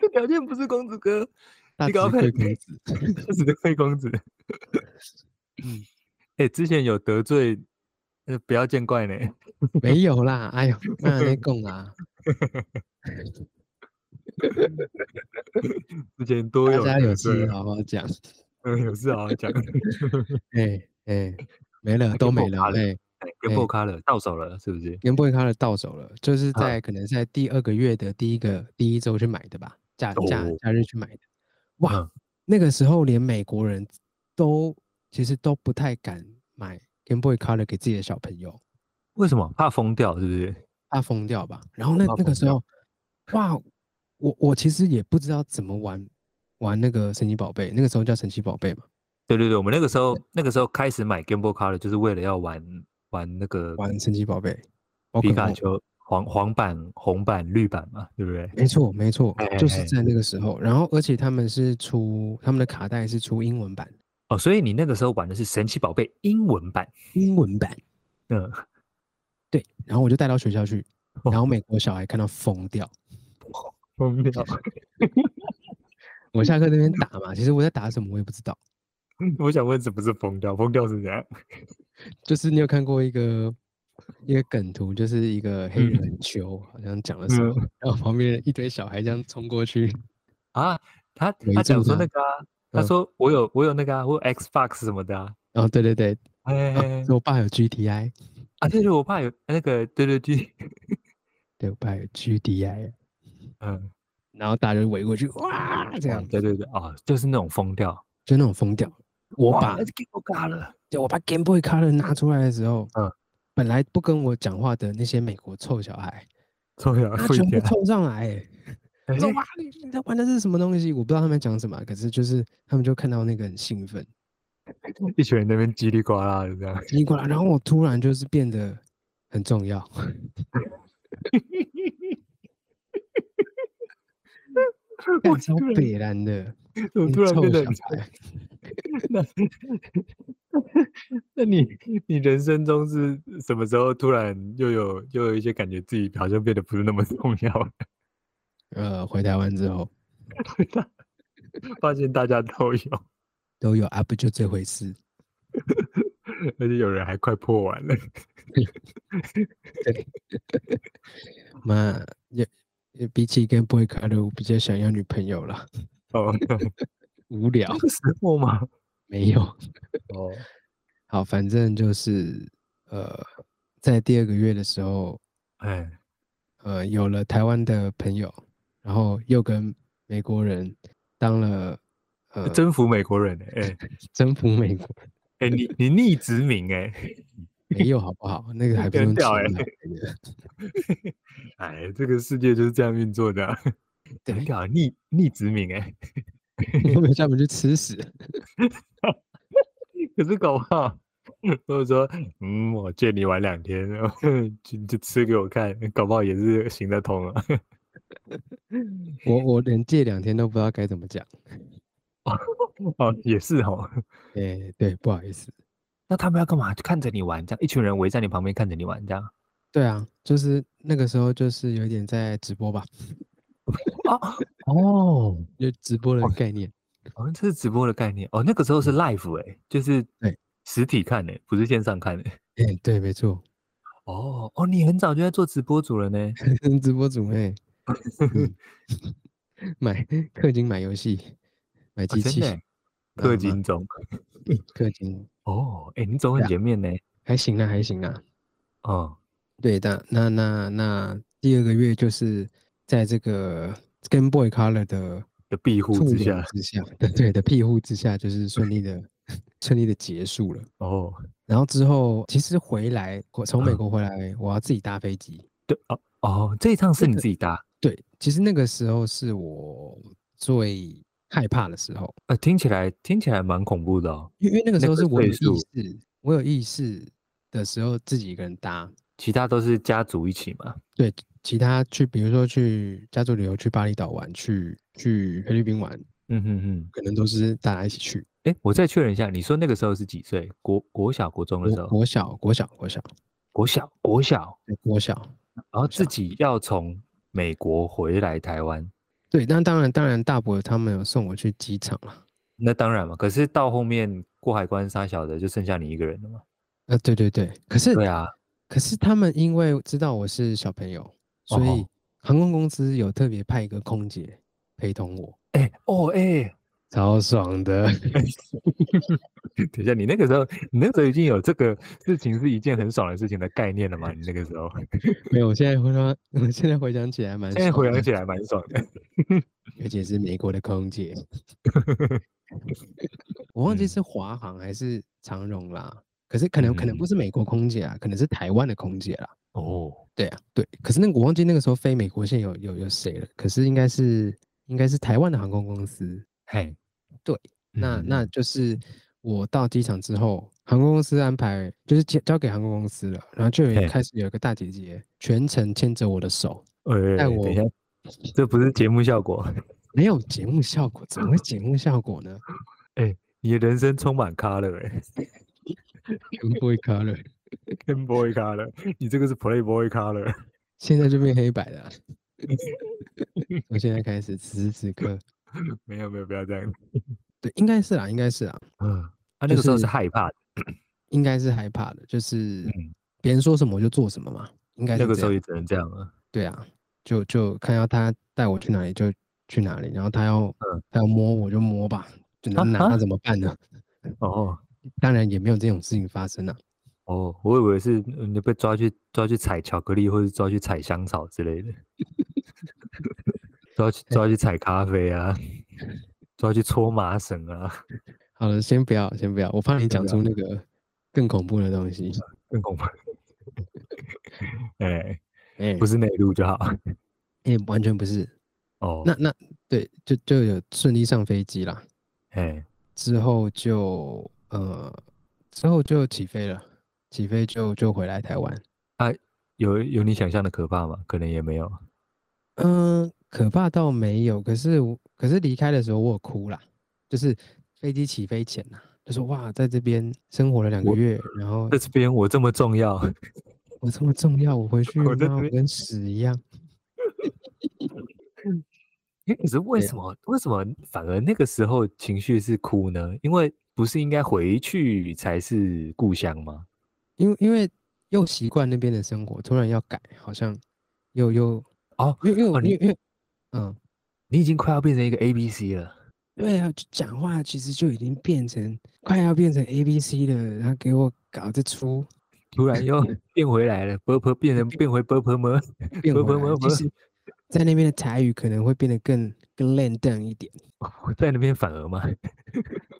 Speaker 2: 这条件不是公子哥，
Speaker 1: 大
Speaker 2: 你搞
Speaker 1: 智
Speaker 2: 不
Speaker 1: 慧公
Speaker 2: 懂
Speaker 1: 子，
Speaker 2: 这只是贵公子。嗯，哎、之前有得罪，呃，不要见怪呢。
Speaker 1: 没有啦，哎 呦，那那供啊，
Speaker 2: 之前都
Speaker 1: 大
Speaker 2: 有
Speaker 1: 家有
Speaker 2: 得罪
Speaker 1: 事
Speaker 2: 啊，
Speaker 1: 好好讲，
Speaker 2: 嗯，有事好好讲。
Speaker 1: 哎、哎、没了
Speaker 2: 那
Speaker 1: 都
Speaker 2: Game
Speaker 1: 没
Speaker 2: Boy
Speaker 1: 了，
Speaker 2: Color
Speaker 1: 哎、
Speaker 2: 跟
Speaker 1: 哎
Speaker 2: b o Color 到手了，是不是？
Speaker 1: Game Boy Color 到手了，就是
Speaker 2: 啊
Speaker 1: 在、可能在第二个月的第一个第一周去买的吧，假假
Speaker 2: 哦
Speaker 1: 假日去买的。哇，
Speaker 2: 嗯
Speaker 1: 那个时候连美国人都其实都不太敢买 Game Boy Color 给自己的小朋友，
Speaker 2: 为什么怕疯掉？是不是？
Speaker 1: 怕疯掉吧。然后那
Speaker 2: 怕
Speaker 1: 那个
Speaker 2: 疯
Speaker 1: 时
Speaker 2: 掉
Speaker 1: 候，哇，我我其实也不知道怎么玩玩那个神奇宝贝，那个时候叫神奇宝贝嘛，
Speaker 2: 对对对，我们那个时候那个时候开始买 Game Boy Color，就是为了要玩玩那个
Speaker 1: 玩神奇宝贝，宝
Speaker 2: 皮
Speaker 1: 可
Speaker 2: 卡
Speaker 1: 梦
Speaker 2: 丘黄黄版、红版、绿版嘛，对不对？
Speaker 1: 没错，没错，就
Speaker 2: 哎哎
Speaker 1: 是
Speaker 2: 哎
Speaker 1: 在那个时候。然后，而且他们是出他们的卡带是出英文版，
Speaker 2: 哦，所以你那个时候玩的是神奇宝贝英文版，
Speaker 1: 英文版。
Speaker 2: 嗯，
Speaker 1: 对，然后我就带到学校 去，
Speaker 2: 哦
Speaker 1: 然后美国小孩看到疯掉。
Speaker 2: 疯掉。
Speaker 1: 我下课在那边打嘛，其实我在打什么我也不知道。
Speaker 2: 我想问，什么是疯掉？疯掉是怎样？
Speaker 1: 就是你有看过一个一个梗图，就是一个黑人
Speaker 2: 嗯
Speaker 1: 很糗，好像讲了什么，然后旁边一堆小孩这样冲过去，
Speaker 2: 啊， 他
Speaker 1: 围
Speaker 2: 他讲
Speaker 1: 住
Speaker 2: 说
Speaker 1: 他
Speaker 2: 那个啊，他
Speaker 1: 嗯
Speaker 2: 说我有我有那个啊，我有 Xbox 什么的啊，
Speaker 1: 然后对对对，
Speaker 2: 哎
Speaker 1: 啊
Speaker 2: 哎哎
Speaker 1: 说我爸有 GTI，
Speaker 2: 啊，对对，我爸有那个，对对对，
Speaker 1: 对我爸有 GDI，
Speaker 2: 嗯，
Speaker 1: 然后大家就围过去，哇，这样
Speaker 2: 嗯对对对，啊，就是那种疯掉，
Speaker 1: 就那种疯掉。我
Speaker 2: 哇
Speaker 1: 把
Speaker 2: 那 Game Boy Color，
Speaker 1: 就我把 Game Boy Color 拿出来的时候，
Speaker 2: 嗯
Speaker 1: 本来不跟我讲话的那些美国臭小孩，
Speaker 2: 对啊，
Speaker 1: 他
Speaker 2: 不一
Speaker 1: 全部
Speaker 2: 样
Speaker 1: 冲上来、 欸，
Speaker 2: 哎
Speaker 1: 说哇，你你在玩的是什么东西？我不知道他们讲什么，可是就是他们就看到那个很兴奋，
Speaker 2: 一群人在那边叽里呱啦的这 样，
Speaker 1: 叽里呱啦，然后我突然就是变得很重要， 干
Speaker 2: 我
Speaker 1: 超
Speaker 2: 突然
Speaker 1: 北蓝的，
Speaker 2: 我
Speaker 1: 你
Speaker 2: 突然
Speaker 1: 臭
Speaker 2: 变得
Speaker 1: 小
Speaker 2: 很
Speaker 1: 孩。
Speaker 2: 那那你你人生中是什么时候突然又有又有一些感觉自己好像变得不是那么 重要了？
Speaker 1: 呃，回台湾之后
Speaker 2: 发现大家都有，
Speaker 1: 都有啊，不就这回事？
Speaker 2: 而且有人还快破完了。
Speaker 1: 妈也也比起跟波伊卡鲁，我比较想要女朋友了，
Speaker 2: 哦，
Speaker 1: 无聊
Speaker 2: 那个时候吗？
Speaker 1: 没有。
Speaker 2: 哦，
Speaker 1: 好，反正就是呃，在第二个月的时候，
Speaker 2: 哎，
Speaker 1: 呃，有了台湾的朋友，然后又跟美国人当 了呃
Speaker 2: 征服美国人欸 哎、
Speaker 1: 征服美 国，
Speaker 2: 哎、你你逆殖民哎、
Speaker 1: 没有好不好？那个还不
Speaker 2: 很
Speaker 1: 用
Speaker 2: 屌
Speaker 1: 钱
Speaker 2: 欸
Speaker 1: 买 的
Speaker 2: 哎，这个世界就是这样运作的啊、
Speaker 1: 对
Speaker 2: 很屌，逆逆殖民哎、
Speaker 1: 你会
Speaker 2: 欸
Speaker 1: 不会叫我们去吃 屎？
Speaker 2: 可是搞不好，如果说，嗯，我借你玩两天，然后就就吃给我看，搞不好也是行得通啊。
Speaker 1: 我我连借两天都不知道该怎么讲。
Speaker 2: 哦，也是哦。
Speaker 1: 哎、对，不好意思。
Speaker 2: 那他们要干嘛？就看着你玩，这样一群人围在你旁边看着你玩，这样。
Speaker 1: 对啊，就是那个时候就是有一点在直播吧，
Speaker 2: 啊，哦，
Speaker 1: 就直播的
Speaker 2: 哦
Speaker 1: 概念。
Speaker 2: 好像这是直播的概念哦。那个时候是 live 哎、就是
Speaker 1: 对
Speaker 2: 实体看哎、不是线上看哎、
Speaker 1: 哎、对，没错，
Speaker 2: 哦哦，你很早就在做直播主了呢。
Speaker 1: 直播主 哎、嗯买氪金买游戏，买
Speaker 2: 哦
Speaker 1: 机
Speaker 2: 真
Speaker 1: 器，
Speaker 2: 的欸，
Speaker 1: 啊
Speaker 2: 氪
Speaker 1: 妈
Speaker 2: 金总
Speaker 1: 氪金
Speaker 2: 哦，哎、你走很
Speaker 1: 对啊
Speaker 2: 前面呢。
Speaker 1: 还行啦，还行啦。
Speaker 2: 哦，
Speaker 1: 对的，那那那第二个月就是在这个跟 Boy Color 的
Speaker 2: 的庇护
Speaker 1: 簇
Speaker 2: 之
Speaker 1: 拥
Speaker 2: 下，
Speaker 1: 之下， 对对的庇护之下，就是顺利的 顺利的结束了。
Speaker 2: 哦，
Speaker 1: 然后之后其实回来，我从美
Speaker 2: 嗯
Speaker 1: 国回来，我要自己搭飞机。
Speaker 2: 对哦哦，这一趟是
Speaker 1: 这
Speaker 2: 你
Speaker 1: 个
Speaker 2: 自己搭。
Speaker 1: 对，其实那个时候是我最害怕的时候，
Speaker 2: 呃，听起来听起来蛮恐怖的哦。
Speaker 1: 因为因为那个时
Speaker 2: 那
Speaker 1: 候
Speaker 2: 个
Speaker 1: 是我有
Speaker 2: 岁
Speaker 1: 意
Speaker 2: 数
Speaker 1: 识，我有意识的时候自己一个人搭，
Speaker 2: 其他都是家族一起嘛。
Speaker 1: 对，其他去比如说去加州旅游、去巴厘岛玩、去去菲律宾玩，
Speaker 2: 嗯哼哼。
Speaker 1: 可能都是大家一起去。
Speaker 2: 哎，我再确认一下，你说那个时候是几岁？国国小、国中的时
Speaker 1: 国
Speaker 2: 候？
Speaker 1: 国小、国小、国小、
Speaker 2: 国小、国小，
Speaker 1: 对国小，
Speaker 2: 然后自
Speaker 1: 小
Speaker 2: 己要从美国回来台湾，
Speaker 1: 对，那当然当然，大伯他们有送我去机场了。
Speaker 2: 那当然嘛。可是到后面过海关杀小的，就剩下你一个人了嘛。
Speaker 1: 呃，对对对，可是
Speaker 2: 对啊，
Speaker 1: 可是他们因为知道我是小朋友，所
Speaker 2: 哦
Speaker 1: 以航空公司有特别派一个空姐陪同我，
Speaker 2: 哎哦哎，
Speaker 1: 超爽的。
Speaker 2: 等一下，你那个时候，你那个时候已经有这个事情是一件很爽的事情的概念了 吗？你那个时候，
Speaker 1: 没有，我现在回想， 我现在回想起来蛮
Speaker 2: 现在回
Speaker 1: 爽
Speaker 2: 想
Speaker 1: 的
Speaker 2: 起来蛮爽 的。
Speaker 1: 而且是美国的空 姐。我忘记
Speaker 2: 嗯
Speaker 1: 是华航还是长荣啦，可是可能可能
Speaker 2: 嗯
Speaker 1: 不是美国空姐啊，可能是台湾的空姐啦。
Speaker 2: 哦，
Speaker 1: 对啊，对，可是那个我忘记那个时候飞美国线有有有谁了，可是应该是应该是台湾的航空公司。
Speaker 2: 嘿，
Speaker 1: 对，那
Speaker 2: 嗯
Speaker 1: 那就是我到机场之后，航空公司安排就是交交给航空公司了，然后就有
Speaker 2: 嘿
Speaker 1: 开始有一个大姐姐全程牵着我的手，
Speaker 2: 呃，
Speaker 1: 但
Speaker 2: 等一下
Speaker 1: 我，
Speaker 2: 这不是节目效果，
Speaker 1: 没有节目效果，怎么会节目效果呢？
Speaker 2: 你的人生充满咖了哎
Speaker 1: 全不会 color，
Speaker 2: ，Game Boy 咖了，你这个是 Play Boy 咖了，
Speaker 1: 现在就变黑白了啊。从现在开始，此时此刻，
Speaker 2: 没有没有，不要这样。
Speaker 1: 对，应该是啦，应该是啦，
Speaker 2: 嗯，他、
Speaker 1: 就
Speaker 2: 那个时候
Speaker 1: 是
Speaker 2: 是害怕的，
Speaker 1: 应该是害怕的，就是
Speaker 2: 嗯
Speaker 1: 别人说什么我就做什么嘛，应该
Speaker 2: 那
Speaker 1: 是
Speaker 2: 个
Speaker 1: 这
Speaker 2: 时候
Speaker 1: 样
Speaker 2: 也只能这样了。
Speaker 1: 对啊，就就看到他带我去哪里就去哪里，然后他要、
Speaker 2: 嗯
Speaker 1: 他要摸我就摸吧，只
Speaker 2: 啊
Speaker 1: 能拿
Speaker 2: 啊
Speaker 1: 那怎么办呢？
Speaker 2: 哦
Speaker 1: 当然也没有这种事情发生啊，
Speaker 2: 哦，我以为是呃你被抓去抓去采巧克力，或者抓去采香草之类的， 抓去抓去采咖啡啊，抓去搓麻绳啊，
Speaker 1: 好了，先不要，先不要，我怕你讲
Speaker 2: 哎不
Speaker 1: 出那个更恐怖的东西。
Speaker 2: 更恐怖。 哎、
Speaker 1: 哎、
Speaker 2: 不是内陆就好。
Speaker 1: 哎、完全不是。
Speaker 2: 哦，
Speaker 1: 那那对，就就有顺利上飞机啦，
Speaker 2: 哎、
Speaker 1: 之后就呃，之后就起飞了，起飞就就回来台湾。
Speaker 2: 有有你想象的可怕吗？可能也没有。
Speaker 1: 嗯、可怕倒没有，可是我可是离开的时候我有哭啦，就是飞机起飞前呐、就说哇，在这边生活了两个
Speaker 2: 我
Speaker 1: 月，然后
Speaker 2: 在这边我这么重要，
Speaker 1: 嗯我这么重要，我回去
Speaker 2: 我在
Speaker 1: 妈
Speaker 2: 这
Speaker 1: 我
Speaker 2: 边
Speaker 1: 跟屎一样。
Speaker 2: 可是为
Speaker 1: 对
Speaker 2: 什么为什么反而那个时候情绪是哭呢？因为不是应该回去才是故乡吗？
Speaker 1: 因为因为又习惯那边的生活，突然要改，好像又又
Speaker 2: 哦，
Speaker 1: 因为因为我
Speaker 2: 你
Speaker 1: 因为因为嗯，
Speaker 2: 你已经快要变成一个 A B C 了。
Speaker 1: 对啊，就讲话其实就已经变成快要变成 A B C 了，然后给我搞这出
Speaker 2: 突 然又变回来了，波波变成变回波波么？
Speaker 1: 变
Speaker 2: 不
Speaker 1: 回
Speaker 2: 不
Speaker 1: 来，就
Speaker 2: 不不
Speaker 1: 是在那边的台语可能会变得更更烂淡一点，
Speaker 2: 我在那边反而吗？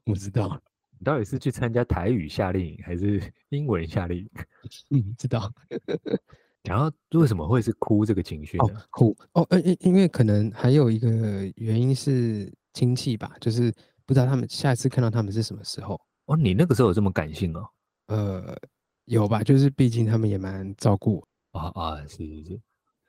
Speaker 1: 我知道，
Speaker 2: 你到底是去参加台语夏令营还是英文夏令营？
Speaker 1: 嗯，知道。
Speaker 2: 然后为什么会是哭这个情绪呢？
Speaker 1: 哦，苦哦，呃因因为可能还有一个原因是亲戚吧，就是不知道他们下一次看到他们是什么时候。
Speaker 2: 哦，你那个时候有这么感性哦？
Speaker 1: 呃，有吧，就是毕竟他们也蛮照顾我，
Speaker 2: 啊啊，是是是，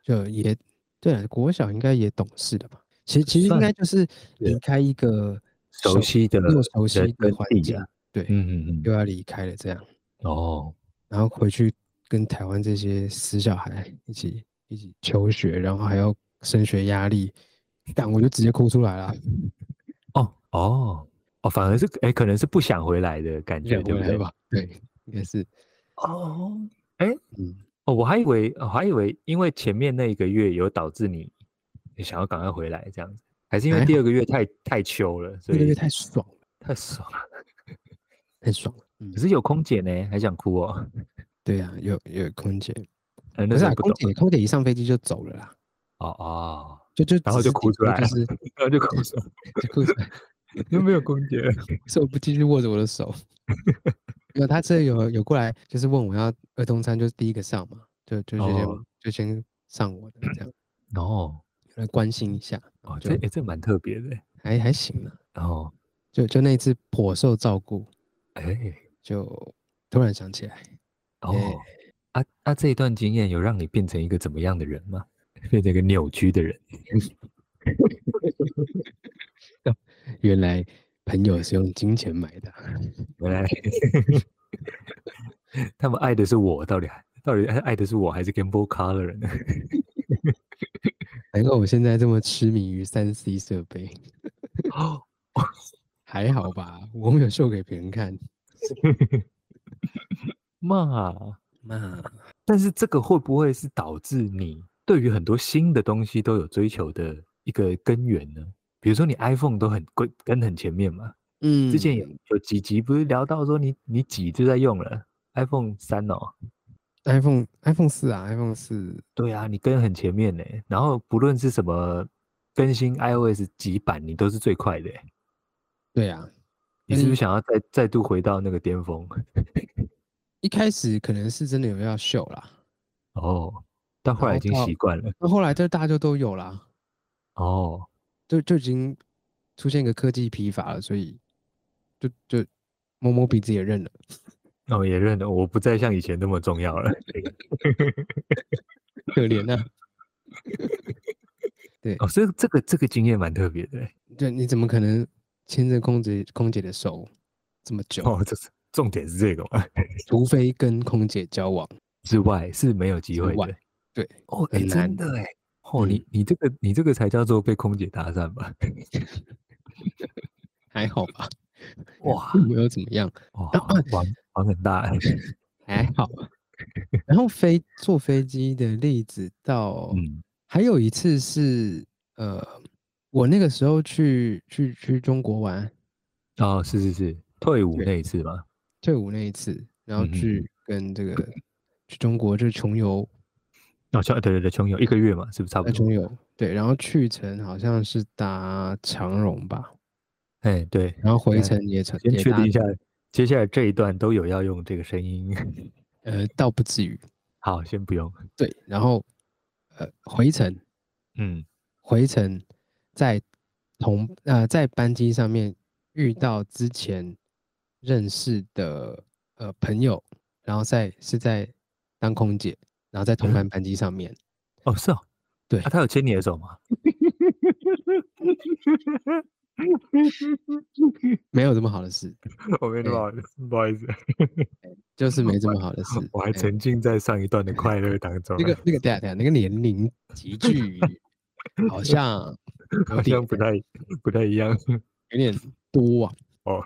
Speaker 1: 就也对啊，国小应该也懂事了吧？其实其实应
Speaker 2: 算
Speaker 1: 该就是
Speaker 2: 对
Speaker 1: 离开一个
Speaker 2: 熟悉的
Speaker 1: 又熟悉
Speaker 2: 人
Speaker 1: 的
Speaker 2: 跟
Speaker 1: 环
Speaker 2: 地
Speaker 1: 境
Speaker 2: 啊，
Speaker 1: 对，
Speaker 2: 嗯嗯
Speaker 1: 又
Speaker 2: 嗯，
Speaker 1: 要离开了这样，
Speaker 2: 哦，
Speaker 1: 然后回去跟台湾这些死小孩一起一起求学，然后还要升学压力，但我就直接哭出来了。
Speaker 2: 哦哦哦，反而是哎，可能是不想回来的感觉，
Speaker 1: 忍
Speaker 2: 对
Speaker 1: 回
Speaker 2: 不
Speaker 1: 来
Speaker 2: 对？
Speaker 1: 吧，对，应该是，
Speaker 2: 哦，哎
Speaker 1: 嗯，
Speaker 2: 哦，我还以为我还以为因为前面那一个月有导致你你想要赶快回来这样子，还是因为
Speaker 1: 还
Speaker 2: 第二个月太太秋了，所
Speaker 1: 那个月
Speaker 2: 以
Speaker 1: 太爽了，
Speaker 2: 太爽了。
Speaker 1: 太爽了，嗯
Speaker 2: 可，是有空姐呢，还想哭哦。
Speaker 1: 对啊，有有空姐，可
Speaker 2: 呃，那
Speaker 1: 是
Speaker 2: 时
Speaker 1: 啊，
Speaker 2: 候不
Speaker 1: 空
Speaker 2: 懂
Speaker 1: 姐空姐一上飞机就走了啦，
Speaker 2: 哦 哦，
Speaker 1: 就就
Speaker 2: 然后
Speaker 1: 只
Speaker 2: 就是哭
Speaker 1: 顶
Speaker 2: 出
Speaker 1: 多
Speaker 2: 来
Speaker 1: 就
Speaker 2: 了
Speaker 1: 是
Speaker 2: 然后就哭出来，
Speaker 1: 就哭出来，
Speaker 2: 就没有空姐了。
Speaker 1: 说不继续握着我的手， 因为他这有有过来就是问我要儿童餐，就是第一个上嘛，就就就先、
Speaker 2: 哦
Speaker 1: 就先上我的这样，
Speaker 2: 哦
Speaker 1: 来关心一下，
Speaker 2: 哦，
Speaker 1: 就
Speaker 2: 这哎这蛮特别的。哦
Speaker 1: 还还行啊，
Speaker 2: 然后
Speaker 1: 就就那一次颇受照顾，
Speaker 2: 哎
Speaker 1: 就突然想起来，
Speaker 2: 哦啊啊，这一段经验有让你变成一个怎么样的人吗？变成一个扭曲的人？
Speaker 1: 原来朋友是用金钱买的啊。
Speaker 2: 原来 他们爱的是我，到底还到底爱爱的是我还是 Gamble Car 的人呢？
Speaker 1: 难怪我现在这么痴迷于三 C 设备，还好吧？我没有秀给别人看。
Speaker 2: 嘛，
Speaker 1: 那
Speaker 2: 但是这个会不会是导致你对于很多新的东西都有追求的一个根源呢？比如说你 iPhone 都很跟跟很前面嘛，
Speaker 1: 嗯
Speaker 2: 之前有有几集不是聊到说你你几就在用了 iPhone 三哦，
Speaker 1: iPhone iPhone 四啊，iPhone 四，
Speaker 2: 对啊，你跟很前面呢、然后不论是什么更新 iOS 几版，你都是最快的欸、
Speaker 1: 对啊，
Speaker 2: 你是
Speaker 1: 嗯
Speaker 2: 不是想要再再度回到那个巅峰？
Speaker 1: 一开始可能是真的有要秀啦，
Speaker 2: 哦，但后
Speaker 1: 然
Speaker 2: 来已
Speaker 1: 后
Speaker 2: 经
Speaker 1: 到
Speaker 2: 习惯了。
Speaker 1: 那后来这大家就都有啦，
Speaker 2: 哦，
Speaker 1: 就就已经出现一个科技疲乏了，所以就就摸摸鼻子也认了。
Speaker 2: 那我也认了，我不再像以前那么重要 了。
Speaker 1: 可怜啊！ 对
Speaker 2: 哦，所以这个这个经验蛮特别的欸、
Speaker 1: 对，你怎么可能牵着空姐空姐的手这么久？
Speaker 2: 哦，这是重点是这个嘛？
Speaker 1: 除非跟空姐交往。
Speaker 2: 之外是没有机
Speaker 1: 之
Speaker 2: 会
Speaker 1: 外
Speaker 2: 的。
Speaker 1: 对，
Speaker 2: 哦，哎、
Speaker 1: 很难
Speaker 2: 真的哎、哦，
Speaker 1: 嗯
Speaker 2: 你你这个你这个才叫做被空姐搭 讪吧？
Speaker 1: 还好吧，
Speaker 2: 哇
Speaker 1: 并没有怎么样，
Speaker 2: 哇
Speaker 1: 然后，
Speaker 2: 玩玩很 大、欸。
Speaker 1: 还好 吧。然后飞坐飞机的例子到，
Speaker 2: 嗯，
Speaker 1: 还有一次是呃，我那个时候去去去中国玩，
Speaker 2: 哦，是是是，退伍
Speaker 1: 对
Speaker 2: 那一次嘛。
Speaker 1: 退伍那一次，然后
Speaker 2: 嗯哼
Speaker 1: 去跟这个、去中国就是穷游，
Speaker 2: 哦，穷对对对，穷游一个月嘛，是不是差不
Speaker 1: 呃
Speaker 2: 多？
Speaker 1: 穷游对，然后去程好像是搭长荣吧，
Speaker 2: 哎、对，
Speaker 1: 然后回
Speaker 2: 哎
Speaker 1: 程也成
Speaker 2: 先
Speaker 1: 也
Speaker 2: 确
Speaker 1: 搭
Speaker 2: 定一下，接下来这一段都有要用这个声音。
Speaker 1: 呃，倒不至于
Speaker 2: 好，先不用。
Speaker 1: 对，然后呃回程
Speaker 2: 嗯，
Speaker 1: 回程在同呃在班机上面遇到之前认识的呃朋友，然后在是在当空姐，然后在同
Speaker 2: 嗯
Speaker 1: 班班机上面，
Speaker 2: 哦，是哦，
Speaker 1: 对
Speaker 2: 啊、他有牵你的手吗？
Speaker 1: 没有这么好的事，
Speaker 2: 我
Speaker 1: 哎
Speaker 2: 没那么好意思，不好意思， 。
Speaker 1: 就是没这么好的事
Speaker 2: 我还
Speaker 1: 哎
Speaker 2: 沉浸在上一段的快乐当中
Speaker 1: 那，个那个，等一下等啊一下，那个年龄集 聚好像
Speaker 2: 好像不
Speaker 1: 哎
Speaker 2: 太不太一样
Speaker 1: 有点多啊。
Speaker 2: 哦。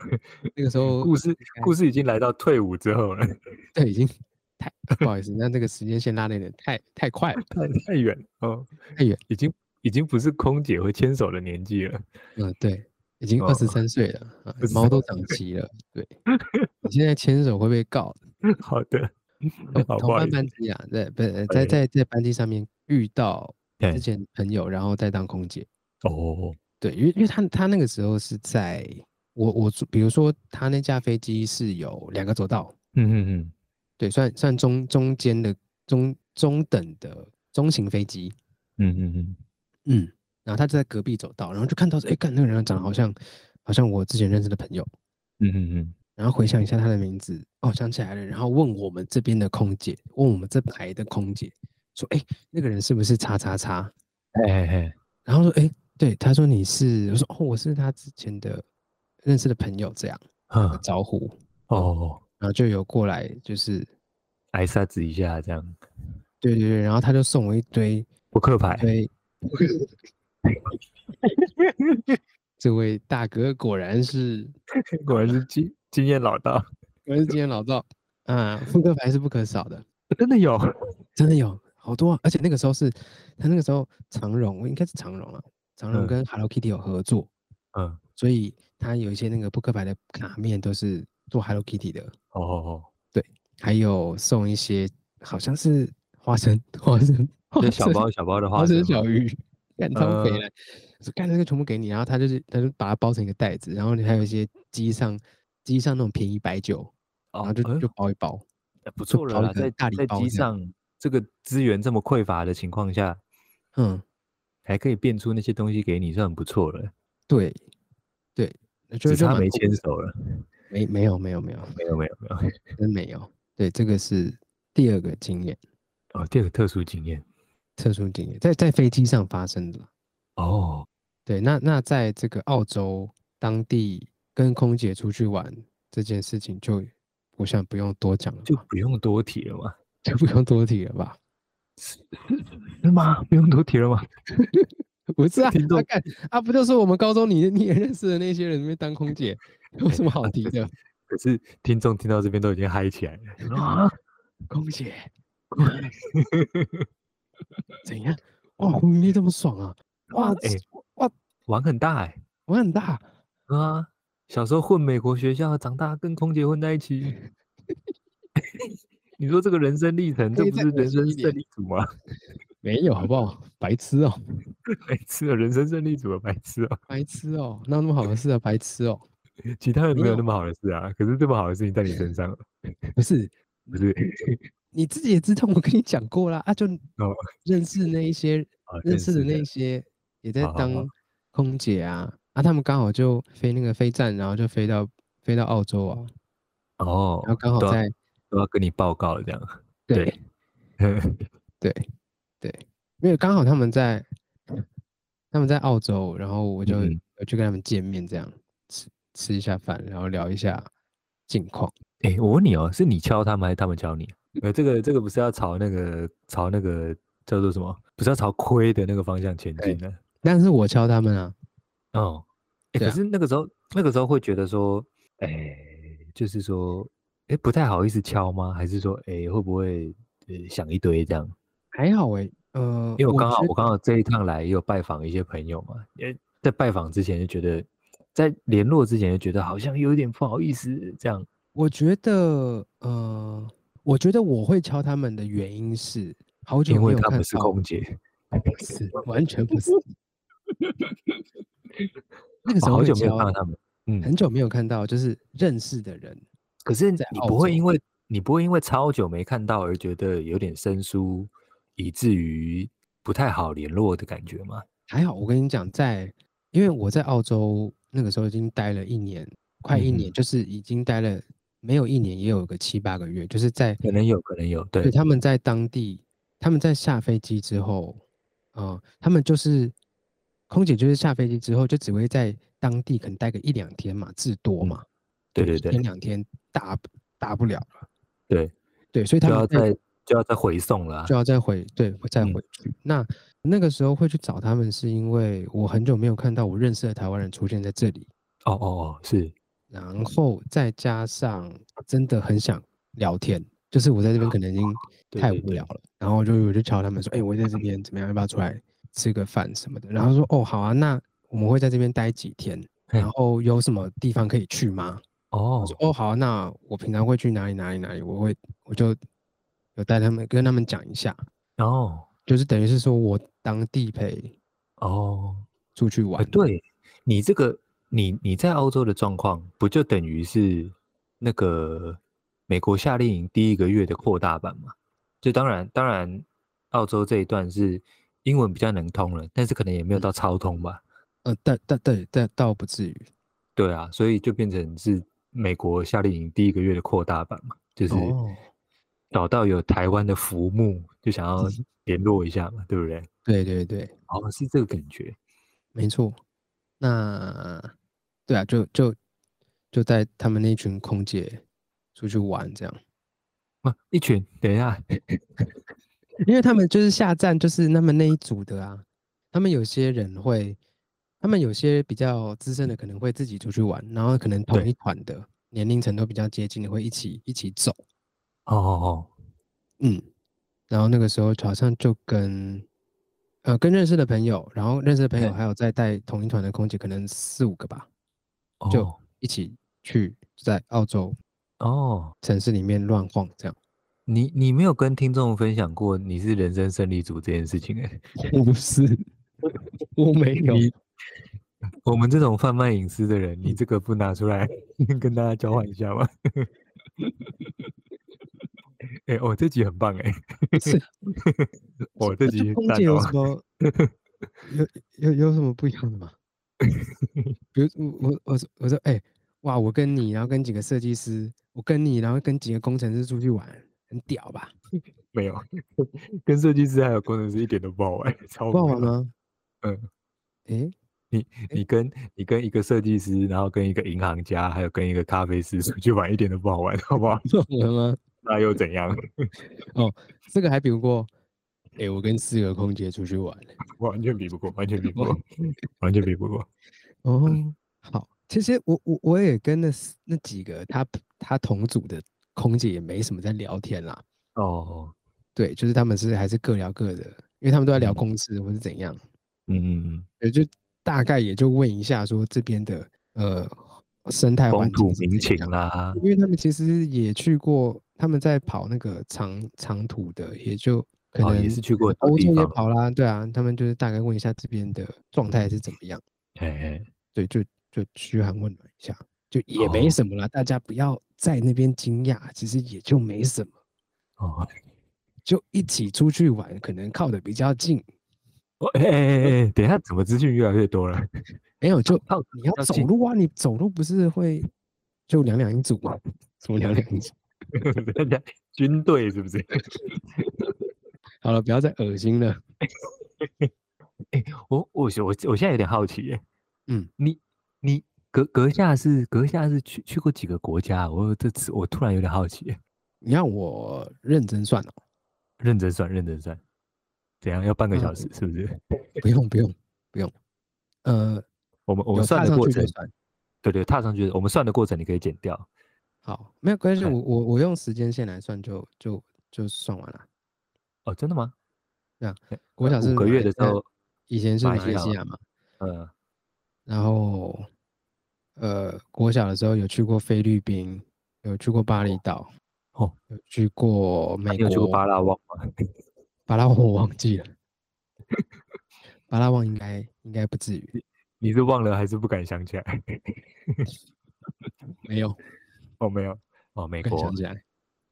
Speaker 1: 那个时候
Speaker 2: 故事故事已经来到退伍之后了，
Speaker 1: 对已经太不好意思，那这个时间线拉的有点太太快 了。
Speaker 2: 太太远哦，
Speaker 1: 太远，
Speaker 2: 已经已经不是空姐会牵手的年纪了。
Speaker 1: 嗯，对，已经
Speaker 2: 哦
Speaker 1: 二十三岁了，啊
Speaker 2: 23
Speaker 1: 毛都长齐了。对，你现在牵手会被告的。
Speaker 2: 好的， 好
Speaker 1: 同
Speaker 2: 不好
Speaker 1: 班
Speaker 2: 意思
Speaker 1: 班机啊，在不是在在在班机上面遇到
Speaker 2: 哎
Speaker 1: 之前朋友，然后再当空姐。
Speaker 2: 哦，
Speaker 1: 对，因为因为他他那个时候是在我我住比如说他那架飞机是有两个走道，
Speaker 2: 嗯嗯嗯，
Speaker 1: 对，算算中中间的中中等的中型飞机，
Speaker 2: 嗯嗯嗯，
Speaker 1: 嗯，然后他就在隔壁走道，然后就看到哎，诶干那个人长得好像好像我之前认识的朋友，
Speaker 2: 嗯嗯嗯，
Speaker 1: 然后回想一下他的名字，哦，想起来了，然后问我们这边的空姐，问我们这排的空姐，说哎，诶那个人是不是叉叉叉？
Speaker 2: 哎哎
Speaker 1: 然后说哎，对，他说你是，我说哦，我是他之前的认识的朋友，这样打
Speaker 2: 哎，
Speaker 1: 招呼，
Speaker 2: 哦，
Speaker 1: 然后就有过来，就是
Speaker 2: 挨杀子一下这样，
Speaker 1: 对对对，然后他就送我一堆
Speaker 2: 扑克牌，
Speaker 1: 对， 这位大哥果然是
Speaker 2: 果然是经经验老道，
Speaker 1: 果然是经验老道啊，扑克牌是不可少的，
Speaker 2: 真的有，
Speaker 1: 真的有好多、啊，而且那个时候是他那个时候长荣应该是长荣了，长荣
Speaker 2: 嗯
Speaker 1: 跟 Hello Kitty 有合作，
Speaker 2: 嗯，
Speaker 1: 所以他有一些那个扑克牌的卡面都是做 Hello Kitty 的，
Speaker 2: 哦哦
Speaker 1: 还有送一些好像是花生花生，花
Speaker 2: 哦，那小
Speaker 1: 生
Speaker 2: 包小包的
Speaker 1: 花
Speaker 2: 话，
Speaker 1: 生小鱼，干超肥
Speaker 2: 呃
Speaker 1: 了，说干这个全部给你，然后他就是他就把它包成一个袋子，然后你还有一些机上机上那种便宜白酒，然
Speaker 2: 哦，
Speaker 1: 后就
Speaker 2: 哎
Speaker 1: 就包一包，
Speaker 2: 哎不错了
Speaker 1: 包一
Speaker 2: 啦，
Speaker 1: 个
Speaker 2: 在
Speaker 1: 大礼
Speaker 2: 在
Speaker 1: 包
Speaker 2: 机
Speaker 1: 这样
Speaker 2: 上这个资源这么匮乏的情况下，
Speaker 1: 嗯，
Speaker 2: 还可以变出那些东西给你，算很不错了。
Speaker 1: 对对，那就
Speaker 2: 只
Speaker 1: 就
Speaker 2: 差
Speaker 1: 蛮
Speaker 2: 没
Speaker 1: 酷
Speaker 2: 牵
Speaker 1: 的
Speaker 2: 手了，
Speaker 1: 没没有没有没有
Speaker 2: 没有没有没有。
Speaker 1: 真没有，对，这个是第二个经验，
Speaker 2: 哦，第二个特殊经验
Speaker 1: 特殊经验，在在飞机上发生的啦，
Speaker 2: 哦，
Speaker 1: 对，那那在这个澳洲当地跟空姐出去玩这件事情就。我想不用多讲了
Speaker 2: 就
Speaker 1: 吧，
Speaker 2: 不用多提了嘛？
Speaker 1: 就不用多提了吧。
Speaker 2: 是吗？不用多提了吗？
Speaker 1: 不是啊，
Speaker 2: 听
Speaker 1: 他
Speaker 2: 众
Speaker 1: 干啊，不就是我们高中你你也认识的那些人里面当空姐，有什么好
Speaker 2: 啊
Speaker 1: 提
Speaker 2: 可
Speaker 1: 的？
Speaker 2: 可是听众听到这边都已经嗨起来了啊！
Speaker 1: 空姐， 空姐怎样？哇，我明明这么爽啊！哇，
Speaker 2: 哎
Speaker 1: 这哇，
Speaker 2: 玩很大哎、
Speaker 1: 我很大，
Speaker 2: 啊！小时候混美国学校，长大跟空姐混在一起。 你说这个人生历程，这
Speaker 1: 可以
Speaker 2: 不
Speaker 1: 再
Speaker 2: 是
Speaker 1: 恶
Speaker 2: 人
Speaker 1: 心
Speaker 2: 生
Speaker 1: 一点
Speaker 2: 胜利组吗？
Speaker 1: 没有好不好？白痴哦，
Speaker 2: 白痴哦，人生胜利组的白痴哦，
Speaker 1: 白痴哦，哪有那么好的事啊，白痴哦，
Speaker 2: 其他人
Speaker 1: 没
Speaker 2: 没有
Speaker 1: 有
Speaker 2: 那么好的事啊，可是这么好的事情在你身上 了，
Speaker 1: 不是
Speaker 2: 不是？
Speaker 1: 你自己也知道，我跟你讲过啦，啊，就
Speaker 2: 哦
Speaker 1: 认识那一 些
Speaker 2: 啊，
Speaker 1: 认识的那
Speaker 2: 人
Speaker 1: 些也在
Speaker 2: 好好好
Speaker 1: 当空姐啊，啊，他们刚好就飞那个飞站，然后就飞到飞到澳洲啊，
Speaker 2: 哦
Speaker 1: 然后，刚好
Speaker 2: 都要
Speaker 1: 在
Speaker 2: 都要跟你报告这样。
Speaker 1: 对对对，没有刚好他们在他们在澳洲，然后我就
Speaker 2: 嗯
Speaker 1: 我去跟他们见面，这样吃吃一下饭，然后聊一下近况。
Speaker 2: 哎、我问你哦，是你敲他们还是他们敲你？呃，这个这个不是要朝那个朝那个叫做什么？不是要朝亏的那个方向前
Speaker 1: 对
Speaker 2: 进的？
Speaker 1: 但是我敲他们啊，
Speaker 2: 哦，欸
Speaker 1: 对
Speaker 2: 可
Speaker 1: 啊
Speaker 2: 是那个时候，那个时候会觉得说，哎、就是说，哎、不太好意思敲吗？还是说，哎、会不会呃想一堆这样？
Speaker 1: 还好诶、呃，
Speaker 2: 因为我刚好
Speaker 1: 觉
Speaker 2: 我刚好这一趟来也有拜访一些朋友嘛，呃，在拜访之前就觉得，在联络之前就觉得好像有一点不好意思这样。
Speaker 1: 我觉得呃，我觉得我会敲他们的原因是好久
Speaker 2: 因
Speaker 1: 没
Speaker 2: 为
Speaker 1: 有
Speaker 2: 他
Speaker 1: 看
Speaker 2: 们是
Speaker 1: 到。
Speaker 2: 空姐，
Speaker 1: 不是，完全不是。 那个时
Speaker 2: 我
Speaker 1: 候
Speaker 2: 哦好
Speaker 1: 会
Speaker 2: 久没有
Speaker 1: 交
Speaker 2: 看到他们。嗯，
Speaker 1: 很久没有看到，就是认识的人。
Speaker 2: 可是你
Speaker 1: 在澳
Speaker 2: 不会
Speaker 1: 洲
Speaker 2: 因为你不会因为超久没看到而觉得有点生疏，以至于不太好联络的感觉吗？
Speaker 1: 还好，我跟你讲，在因为我在澳洲那个时候已经待了一年，快一
Speaker 2: 嗯哼
Speaker 1: 年，就是已经待了没有一年，也有个七八个月，就是在
Speaker 2: 可能有，可能有，
Speaker 1: 对
Speaker 2: 对，
Speaker 1: 他们呃在当地，他们在下飞机之后，啊、他们就是空姐就是下飞机之后就只会在当地可能待个一两天嘛，至多嘛。
Speaker 2: 对对
Speaker 1: 一
Speaker 2: 对
Speaker 1: 天两天大大不了了。
Speaker 2: 对，
Speaker 1: 对，所以他
Speaker 2: 就要
Speaker 1: 们在
Speaker 2: 再就要再回送了啊、
Speaker 1: 就要再回，对，会再
Speaker 2: 嗯
Speaker 1: 回去。那那个时候会去找他们，是因为我很久没有看到我认识的台湾人出现在这里，
Speaker 2: 哦哦哦，是
Speaker 1: 然后再加上真的很想聊天，就是我在这边可能已经
Speaker 2: 啊对
Speaker 1: 太
Speaker 2: 对
Speaker 1: 无
Speaker 2: 对
Speaker 1: 聊了，然后就我就瞧他们说，哎、我在这边怎么样，要不要出来吃个饭什么的？然后说，哦，好啊，那我们会在这边待几 天，然
Speaker 2: 嗯
Speaker 1: 后有什么地方可以去吗？
Speaker 2: 哦
Speaker 1: 我说哦好啊，那我平常会去哪里哪里哪里，我会我就有带他们跟他们讲一下，
Speaker 2: 哦
Speaker 1: 就是等于是说我当地陪
Speaker 2: 哦，
Speaker 1: 出去
Speaker 2: 哎
Speaker 1: 玩，
Speaker 2: 对你这个你你在澳洲的状况，不就等于是那个美国夏令营第一个月的扩大版吗？就当然当然，澳洲这一段是英文比较能通了，但是可能也
Speaker 1: 嗯
Speaker 2: 没有到超通吧。
Speaker 1: 呃，但但对，但倒不至于，
Speaker 2: 对啊，所以就变成是美国夏令营第一个月的扩大版嘛，就是
Speaker 1: 哦
Speaker 2: 找到有台湾的浮木，就想
Speaker 1: 嗯
Speaker 2: 要联络一下嘛，对不对？
Speaker 1: 对对对，
Speaker 2: 哦，是这个感觉。
Speaker 1: 没错。那对啊，就就就带他们那群空姐出去玩这样，
Speaker 2: 啊，一群，等一下，嗯
Speaker 1: 因为他们就是下站就是他们那一组的啊，他们有些人会，他们有些比较资深的可能会自己出去玩，然后可能同
Speaker 2: 对
Speaker 1: 一团的年龄层都比较接近的会一起一起走，
Speaker 2: 哦哦
Speaker 1: 嗯，然后那个时候好像就跟呃跟认识的朋友，然后认识的朋友
Speaker 2: 嗯
Speaker 1: 还有再带同一团的空姐，可能四五个吧，
Speaker 2: 哦，
Speaker 1: 就一起去在澳洲
Speaker 2: 哦，
Speaker 1: 城市里面乱晃这样。
Speaker 2: 你你没有跟听众分享过你是人生胜利组这件事情哎、
Speaker 1: 我 不是，我没有，
Speaker 2: 你 我们这种贩卖隐私的人，
Speaker 1: 嗯
Speaker 2: 你这个不拿出来 跟大家交换一下吗？ 哎、哦，这集很棒哎、
Speaker 1: 是
Speaker 2: 我这
Speaker 1: 就
Speaker 2: 集
Speaker 1: 空
Speaker 2: 大
Speaker 1: 姐有
Speaker 2: 哦
Speaker 1: 什 么有有有什么不一样的吗？比如我我我说我说哎、哇，我跟你，然后跟几个设计师，我跟你，然后跟几个工程师出去玩，很屌吧？
Speaker 2: 没有， 跟设计师还有工程师一点都不好玩，超
Speaker 1: 不好
Speaker 2: 无
Speaker 1: 玩
Speaker 2: 聊？
Speaker 1: 吗？
Speaker 2: 嗯，
Speaker 1: 诶、
Speaker 2: 你跟你跟一个设计师，然后跟一个银行家，还有跟一个咖啡师出去玩，一点都不好玩，好不 好？
Speaker 1: 不好玩吗？
Speaker 2: 那又怎样？
Speaker 1: 这个还比不过，哎、我跟四个空姐出去玩欸、
Speaker 2: 完全比不过，完全比不
Speaker 1: 哇
Speaker 2: 过，完全比不过。
Speaker 1: 哦，好，其实我我我也跟那四那几个他他同组的空姐也没什么在聊天啦。
Speaker 2: 哦，
Speaker 1: 对，就是他们是还是各聊各的，因为他们都在聊
Speaker 2: 嗯
Speaker 1: 公司或是怎样，
Speaker 2: 嗯嗯
Speaker 1: 也就大概也就问一下说这边的呃生
Speaker 2: 嗯，
Speaker 1: 态
Speaker 2: 风
Speaker 1: 环
Speaker 2: 土
Speaker 1: 境是
Speaker 2: 民
Speaker 1: 怎
Speaker 2: 情
Speaker 1: 样
Speaker 2: 啦，
Speaker 1: 因为他们其实也去过，他们在跑那个长长途的，也就可
Speaker 2: 哦
Speaker 1: 能、
Speaker 2: 也是去过很多
Speaker 1: 欧
Speaker 2: 地
Speaker 1: 洲也
Speaker 2: 方
Speaker 1: 跑啦，对啊，他们就是大概问一下这边的状态是怎么样，
Speaker 2: 哎哎，
Speaker 1: 对，就就嘘寒问暖一下，就也没
Speaker 2: 哦
Speaker 1: 什么啦，大家不要在那边惊讶，其实也就没什么，
Speaker 2: 哦，
Speaker 1: 就一起出去玩，可能靠的比较近，
Speaker 2: 哦哎哎哎哎，等一下，怎么资讯越来越多了？
Speaker 1: 没有就
Speaker 2: 靠
Speaker 1: 你要
Speaker 2: 要
Speaker 1: 走
Speaker 2: 近
Speaker 1: 路啊，你走路不是会就两两一组吗？什么两两一组？
Speaker 2: 人 家军队是不是？
Speaker 1: 好了，不要再恶心了。
Speaker 2: 我我我我现在有点好奇耶，
Speaker 1: 嗯，
Speaker 2: 你你阁阁下是阁下是去去过几个国家啊？我这次我突然有点好奇耶，
Speaker 1: 你让我认真算哦，
Speaker 2: 认真算认真算，怎样要半个小
Speaker 1: 嗯
Speaker 2: 时是不是？
Speaker 1: 不用不用不用，呃，
Speaker 2: 我们我
Speaker 1: 有
Speaker 2: 们
Speaker 1: 踏
Speaker 2: 算的
Speaker 1: 上
Speaker 2: 过
Speaker 1: 去就
Speaker 2: 程，
Speaker 1: 算
Speaker 2: 对对，踏上去，我们算的过程你可以剪掉。
Speaker 1: 好，没有关系，
Speaker 2: 哎
Speaker 1: 我我我用时间线来算就就就算完了。
Speaker 2: 哦，真的吗？
Speaker 1: 国小是
Speaker 2: 呃五个月
Speaker 1: 马来
Speaker 2: 的时候，
Speaker 1: 以前是
Speaker 2: 马
Speaker 1: 马
Speaker 2: 来
Speaker 1: 来
Speaker 2: 西亚
Speaker 1: 西亚嘛，
Speaker 2: 嗯，
Speaker 1: 然后呃，国小的时候有去过菲律宾，有去过巴厘岛，
Speaker 2: 哦，啊
Speaker 1: 有去过美
Speaker 2: 你
Speaker 1: 国，
Speaker 2: 有去过巴拉望吗？
Speaker 1: 巴拉望我忘记了，巴拉望应该应该不至于，
Speaker 2: 你是忘了还是不敢想起来？
Speaker 1: 没有，
Speaker 2: 哦，没有，哦，美
Speaker 1: 我刚
Speaker 2: 国
Speaker 1: 想，起来，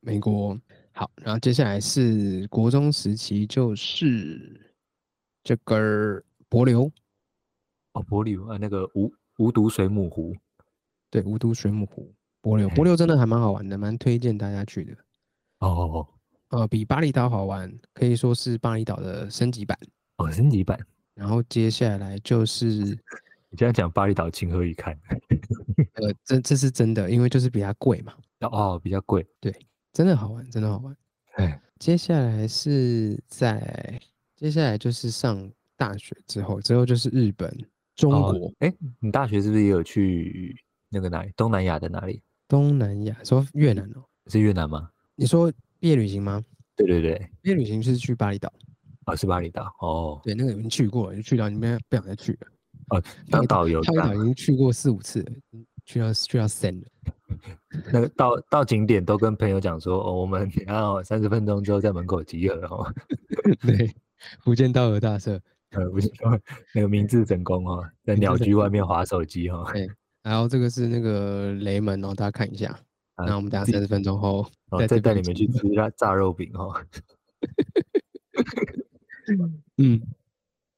Speaker 1: 美国。好，然后接下来是国中时期，就是这个儿帛琉，
Speaker 2: 哦，玻璃啊，那个无无毒水母湖，
Speaker 1: 对，无都水母湖，帛琉，帛
Speaker 2: 嘿
Speaker 1: 琉真的还蛮好玩的，蛮推荐大家去的。
Speaker 2: 哦哦
Speaker 1: 呃，比巴厘岛好玩，可以说是巴厘岛的升级版。
Speaker 2: 哦，哦，升级版，
Speaker 1: 然后接下来就是
Speaker 2: 你这样讲，巴厘岛情何以堪？
Speaker 1: 呃，这这是真的，因为就是比它贵嘛，
Speaker 2: 哦，比较贵，
Speaker 1: 真的好玩，真的好玩。
Speaker 2: 哎，
Speaker 1: 接下来是在接下来就是上大学之后，之后就是日本、中
Speaker 2: 哦
Speaker 1: 国、
Speaker 2: 哎，你大学是不是也有去那个哪里？东南亚的哪里？
Speaker 1: 东南亚，说越南哦。
Speaker 2: 是越南吗？
Speaker 1: 你说毕业旅行吗？
Speaker 2: 对对对，
Speaker 1: 毕业旅行是去巴厘岛，
Speaker 2: 啊，是巴厘岛哦，
Speaker 1: 对，那个已经去过了，就去到你们不想再去了。
Speaker 2: 当导游
Speaker 1: 巴厘岛
Speaker 2: 当
Speaker 1: 已经去过四五次了，去到去到三了。
Speaker 2: 那个到到景点都跟朋友讲说，哦，我们 等下三十分钟之后在门口集合哦，
Speaker 1: 对，福建道和大社，
Speaker 2: 呃，不是说那个明治神宫哦，在
Speaker 1: 明治
Speaker 2: 鸟
Speaker 1: 神
Speaker 2: 居外
Speaker 1: 宫
Speaker 2: 面划手机哦，
Speaker 1: 然后这个是那个雷门哦，大家看一下。
Speaker 2: 啊
Speaker 1: 那我们等下
Speaker 2: 自己
Speaker 1: 三十分钟后
Speaker 2: 哦，
Speaker 1: 在
Speaker 2: 再
Speaker 1: 这
Speaker 2: 带你
Speaker 1: 边
Speaker 2: 们
Speaker 1: 集
Speaker 2: 去吃炸炸肉饼哦，
Speaker 1: 嗯，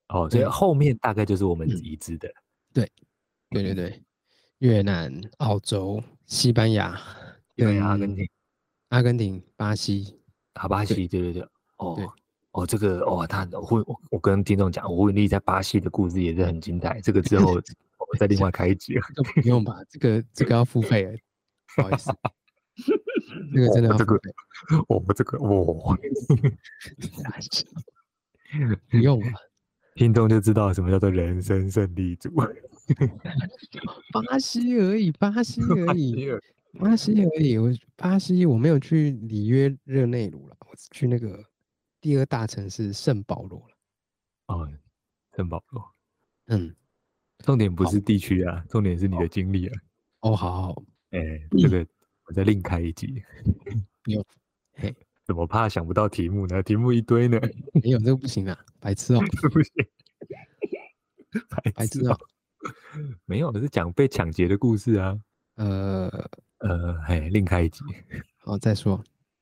Speaker 2: 哦，所以
Speaker 1: 对
Speaker 2: 后面大概就是我们
Speaker 1: 嗯
Speaker 2: 已知的，
Speaker 1: 对对对，越南、澳洲、西班牙、
Speaker 2: 西班牙、阿根
Speaker 1: 跟
Speaker 2: 廷、
Speaker 1: 阿根廷、巴西，
Speaker 2: 啊，巴
Speaker 1: 对
Speaker 2: 西，对对对，哦。哦，这个哦，他我会我我跟听众讲，我文丽在巴西的故事也是很精彩，这个 之后我们再另外开一集。
Speaker 1: 这个不用吧？这个这个要付费的，不好意 思，这个真的
Speaker 2: 哦
Speaker 1: 要
Speaker 2: 这
Speaker 1: 付
Speaker 2: 个
Speaker 1: 费，
Speaker 2: 哦，这个哦，
Speaker 1: 不用吧？
Speaker 2: 听众就知道什么叫做人生胜利组。
Speaker 1: 巴西而已，巴 西而已，
Speaker 2: 尔，
Speaker 1: 巴西而已。我巴西我没有去里约热内卢了，我去那个第二大城市圣保罗了。
Speaker 2: 哦，圣保罗。
Speaker 1: 嗯，
Speaker 2: 重点不
Speaker 1: 好
Speaker 2: 是地区啊，重点是你的经历啊。
Speaker 1: 哦，好好，好
Speaker 2: 哎、这个我再另开一集。
Speaker 1: 有嘿，
Speaker 2: 怎么怕想不到题目呢？题目一堆呢，
Speaker 1: 没有这个不行啊，白痴哦，
Speaker 2: 是不是？白
Speaker 1: 白
Speaker 2: 痴
Speaker 1: 痴
Speaker 2: 哦
Speaker 1: 哦。
Speaker 2: 没有，是讲被抢劫的故事啊。
Speaker 1: 呃，
Speaker 2: 呃，哎，另开一集，
Speaker 1: 好再说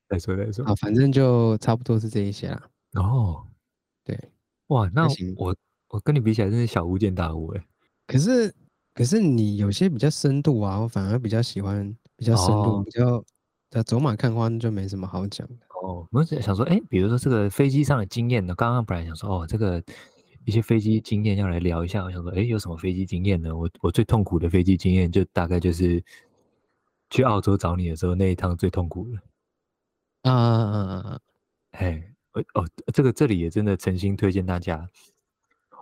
Speaker 2: 再说再说
Speaker 1: 啊，。反正就差不多是这一些啦。
Speaker 2: 哦，
Speaker 1: 对，
Speaker 2: 哇，那
Speaker 1: 行
Speaker 2: 我我跟你比起来，真是小巫见大巫哎、
Speaker 1: 可是可是你有些比较深度啊，我反而比较喜欢比较深度，
Speaker 2: 哦
Speaker 1: 比较呃走马看花就没什么好讲的。
Speaker 2: 哦，我只想说，哎，比如说这个飞机上的经验呢，刚刚本来想说，哦，这个一些飞机经验要来聊一下，我想说，哎，有什么飞机经验呢？我我最痛苦的飞机经验就大概就是去澳洲找你的时候那一趟最痛苦了。
Speaker 1: 啊啊啊啊！
Speaker 2: 哎，呃哦，这个这里也真的诚心推荐大家，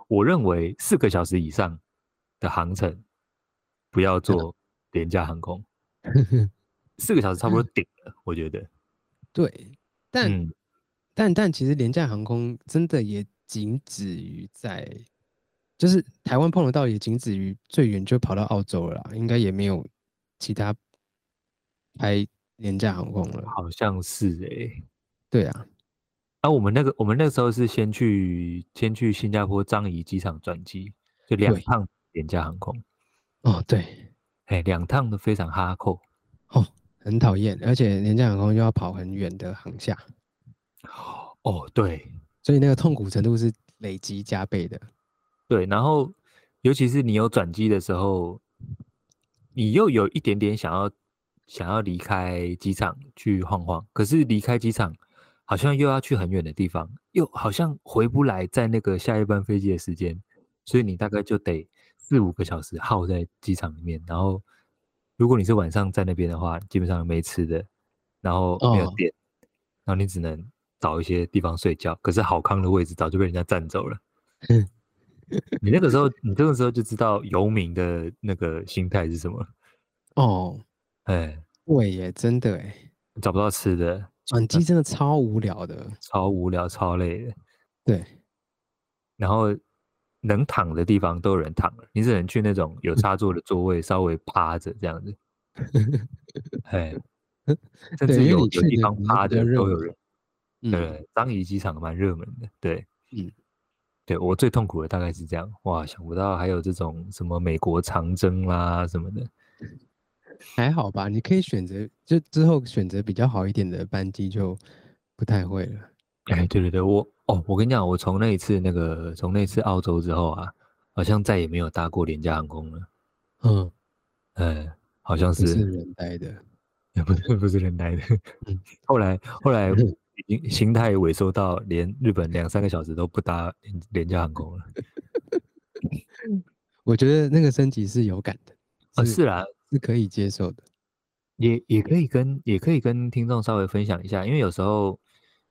Speaker 2: 我认为四个小时以上的航程不要坐廉价航空，四个小时差不多顶了，我觉得。
Speaker 1: 对，但、
Speaker 2: 嗯，
Speaker 1: 但但其实廉价航空真的也仅止于在，就是台湾碰得到也仅止于最远就跑到澳洲了啦，应该也没有其他开廉价航空了。
Speaker 2: 好像是哎、
Speaker 1: 对啊，
Speaker 2: 啊，我们那个我们那时候是先去先去新加坡樟宜机场转机，就两
Speaker 1: 对
Speaker 2: 趟廉价航空，
Speaker 1: 哦对，
Speaker 2: 哎，两趟都非常哈扣。
Speaker 1: 很讨厌，而且廉价航空又要跑很远的航厦，
Speaker 2: 哦，对
Speaker 1: 所以那个痛苦程度是累积加倍的。
Speaker 2: 对，然后尤其是你有转机的时候，你又有一点点想要想要离开机场去晃晃，可是离开机场好像又要去很远的地方，又好像回不来在那个下一班飞机的时间，所以你大概就得四五个小时耗在机场里面。然后，如果你是晚上在那边的话，基本上没吃的，然后没有
Speaker 1: 哦
Speaker 2: 电，然后你只能找一些地方睡觉。可是好康的位置早就被人家占走了。你那个时候，你这个时候就知道游民的那个心态是什么了。
Speaker 1: 哦，
Speaker 2: 哎，
Speaker 1: 对耶，真的哎，
Speaker 2: 找不到吃的，
Speaker 1: 转机真的超无聊的。
Speaker 2: 超无聊，超累的。
Speaker 1: 对，
Speaker 2: 然后能躺的地方都有人躺了，你只能去那种有插座的座位，稍微趴着这样子。 哎，甚
Speaker 1: 对
Speaker 2: 至
Speaker 1: 因为
Speaker 2: 有
Speaker 1: 你
Speaker 2: 有
Speaker 1: 去
Speaker 2: 地
Speaker 1: 的
Speaker 2: 方
Speaker 1: 比较
Speaker 2: 趴
Speaker 1: 比
Speaker 2: 着
Speaker 1: 较热
Speaker 2: 都有
Speaker 1: 门
Speaker 2: 人。
Speaker 1: 嗯，
Speaker 2: 对，樟宜机场蛮热门的。对，
Speaker 1: 嗯，
Speaker 2: 对我最痛苦的大概是这样。哇，想不到还有这种什么美国长征啦什么的。
Speaker 1: 还好吧，你可以选择，就之后选择比较好一点的班机就不太会了。
Speaker 2: 哎，对对对，我哦，我跟你讲，我从那一次那个从那次澳洲之后啊，好像再也没有搭过廉价航空了。
Speaker 1: 嗯，
Speaker 2: 嗯，好像
Speaker 1: 不
Speaker 2: 是
Speaker 1: 是人待的。
Speaker 2: 也不是不 是人来的。
Speaker 1: 嗯
Speaker 2: 后来后来已经心态萎缩到连日本两三个小时都不搭廉廉价航空了。
Speaker 1: 我觉得那个升级是有感的，
Speaker 2: 啊，是啦，
Speaker 1: 是可以接受的。
Speaker 2: 也也可以跟也可以跟听众稍微分享一下，因为有时候，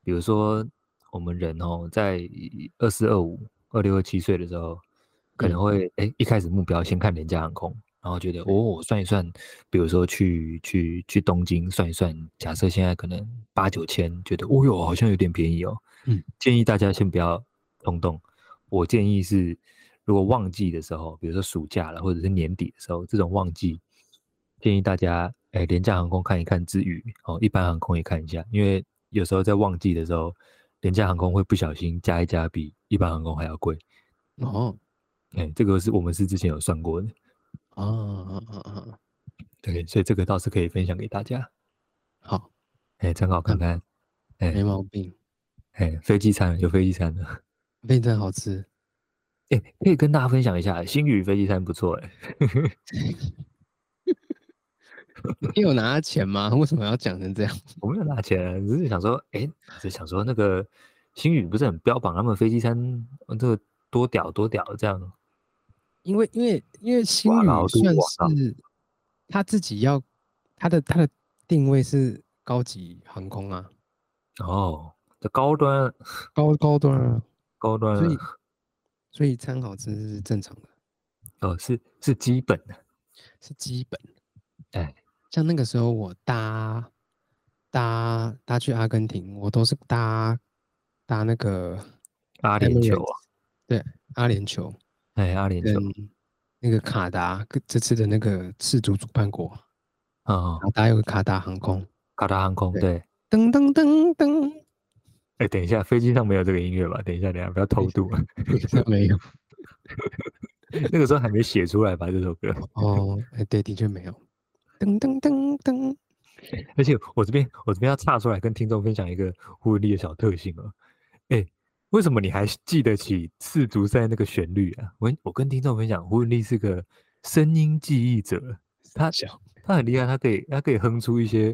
Speaker 2: 比如说我们人哦，在二四、二五、二六、二七岁的时候，可能会哎、诶一开始目标先看廉价航空，然后觉得哦，我算一算，比如说去去去东京算一算，假设现在可能八九千，觉得哦哟好像有点便宜哦，
Speaker 1: 嗯，
Speaker 2: 建议大家先不要冲动，我建议是如果旺季的时候，比如说暑假了或者是年底的时候，这种旺季。建议大家，哎，廉价航空看一看之余，哦，一般航空也看一下，因为有时候在旺季的时候，廉价航空会不小心加一加，比一般航空还要贵。
Speaker 1: 哦，
Speaker 2: 哎，这个是我们是之前有算过的，
Speaker 1: 啊啊啊啊！
Speaker 2: 对，所以这个倒是可以分享给大家，
Speaker 1: 好，
Speaker 2: 哎，参考看看。
Speaker 1: 没
Speaker 2: 哎
Speaker 1: 毛病，
Speaker 2: 哎，飞机餐有飞机餐的，
Speaker 1: 非常好吃。
Speaker 2: 哎，可以跟大家分享一下，星宇飞机餐不错，哎，
Speaker 1: 你有拿钱吗？为什么要讲成这样？
Speaker 2: 我没有拿钱，只是想说，哎，只是想说那个星宇不是很标榜他们飞机餐呃这个多屌多屌这样，
Speaker 1: 因为因为因为星
Speaker 2: 哇老
Speaker 1: 宇
Speaker 2: 杜哇
Speaker 1: 算是他自己要他的他的定位是高级航空啊，
Speaker 2: 哦，这高端
Speaker 1: 高高端啊，
Speaker 2: 高端
Speaker 1: 所
Speaker 2: 了
Speaker 1: 以所以参考吃是正常的，
Speaker 2: 哦，是是基本的，
Speaker 1: 是基本。
Speaker 2: 哎，
Speaker 1: 像那个时候我搭搭搭去阿根廷，我都是搭搭那个
Speaker 2: 阿联酋啊，
Speaker 1: 阿联酋
Speaker 2: 哎，阿联
Speaker 1: 跟
Speaker 2: 酋
Speaker 1: 那个卡达，跟这次的那个赤足主办国，
Speaker 2: 啊，哦
Speaker 1: 卡达有个卡达航空，
Speaker 2: 卡达航空
Speaker 1: 对
Speaker 2: 对，
Speaker 1: 噔噔噔噔，
Speaker 2: 哎，等一下，飞机上没有这个音乐吧？等一下，等一下，不要偷渡，
Speaker 1: 没有
Speaker 2: 那个时候还没写出来吧这首歌，
Speaker 1: 哦，哎对，的确没有，噔噔噔噔，
Speaker 2: 而且我这边我这边要岔出来跟听众分享一个忽略的小特性哦，哎。为什么你还记得起世足赛那个旋律啊？我我跟听众分享，胡文丽是个声音记忆者，他
Speaker 1: 小
Speaker 2: 他很厉害，他可以他可以哼出一些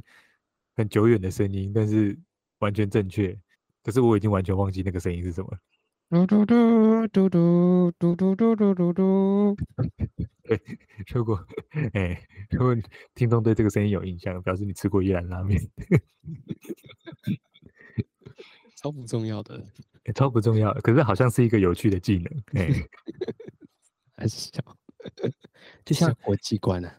Speaker 2: 很久远的声音，但是完全正确。可是我已经完全忘记那个声音是什么了。
Speaker 1: 嘟嘟嘟嘟嘟嘟嘟嘟嘟嘟嘟，
Speaker 2: 如果哎、如果听众对这个声音有印象，表示你吃过越南拉面，
Speaker 1: 超不重要的，
Speaker 2: 欸超不重要的。可是好像是一个有趣的技能。哎、
Speaker 1: 还是小，
Speaker 2: 就
Speaker 1: 小
Speaker 2: 像
Speaker 1: 国际观啊，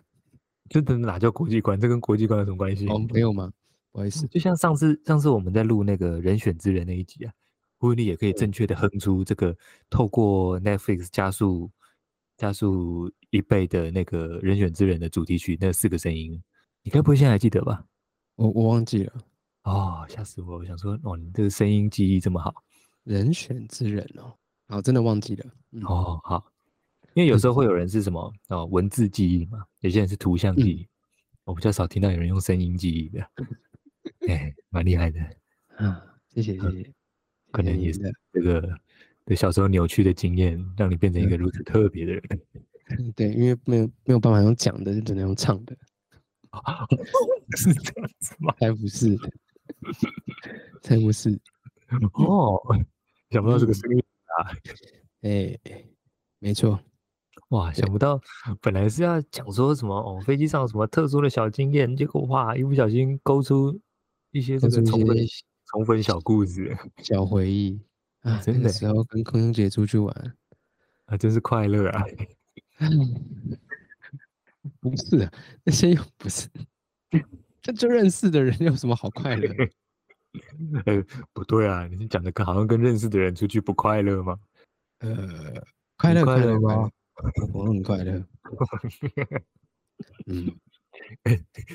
Speaker 2: 这真的哪叫国际观？这跟国际观有什么关系？
Speaker 1: 哦，没有吗？不好意思，
Speaker 2: 就像上次上次我们在录那个人选之人那一集啊，胡文丽也可以正确的哼出这个透过 Netflix 加速加速一倍的那个人选之人的主题曲那四个声音，你该不会现在还记得吧？
Speaker 1: 我我忘记了。
Speaker 2: 哦，吓死我！我想说，哦，你这个声音记忆这么好
Speaker 1: 人选之人哦，好，真的忘记了。嗯，
Speaker 2: 哦，好，因为有时候会有人是什么哦，文字记忆嘛，有些人是图像
Speaker 1: 嗯
Speaker 2: 记忆，我比较少听到有人用声音记 忆的，哎，蛮厉害的，
Speaker 1: 啊，谢谢谢谢，
Speaker 2: 可能也
Speaker 1: 是的，
Speaker 2: 这个对小时候扭曲的经验，让你变成一
Speaker 1: 对
Speaker 2: 个如此特别的人。
Speaker 1: 对，因为没有没有办法用讲的，就只能用唱的，
Speaker 2: 是这样子吗？
Speaker 1: 才不是， 才不是，
Speaker 2: 哦，想不到这个
Speaker 1: 嗯
Speaker 2: 声音，
Speaker 1: 哎、没错，
Speaker 2: 哇，想不到，本来是要讲说什么哦，飞机上有什么特殊的小经验，结果哇，一不小心勾出一些这
Speaker 1: 勾
Speaker 2: 个
Speaker 1: 出一
Speaker 2: 宠粉
Speaker 1: 些
Speaker 2: 宠粉小故事，
Speaker 1: 小回忆啊，
Speaker 2: 真
Speaker 1: 那个
Speaker 2: 的
Speaker 1: 时候跟空中姐出去 玩，
Speaker 2: 啊，真是快乐啊！
Speaker 1: 不是、啊、那些又不 是，这就认识的人有什么好快乐 的？
Speaker 2: 呃，不对啊，你讲的跟好像跟认识的人出去不快乐吗？
Speaker 1: 呃，快
Speaker 2: 你
Speaker 1: 乐
Speaker 2: 快
Speaker 1: 快
Speaker 2: 乐
Speaker 1: 乐快
Speaker 2: 吗
Speaker 1: 乐，我很快 乐，嗯。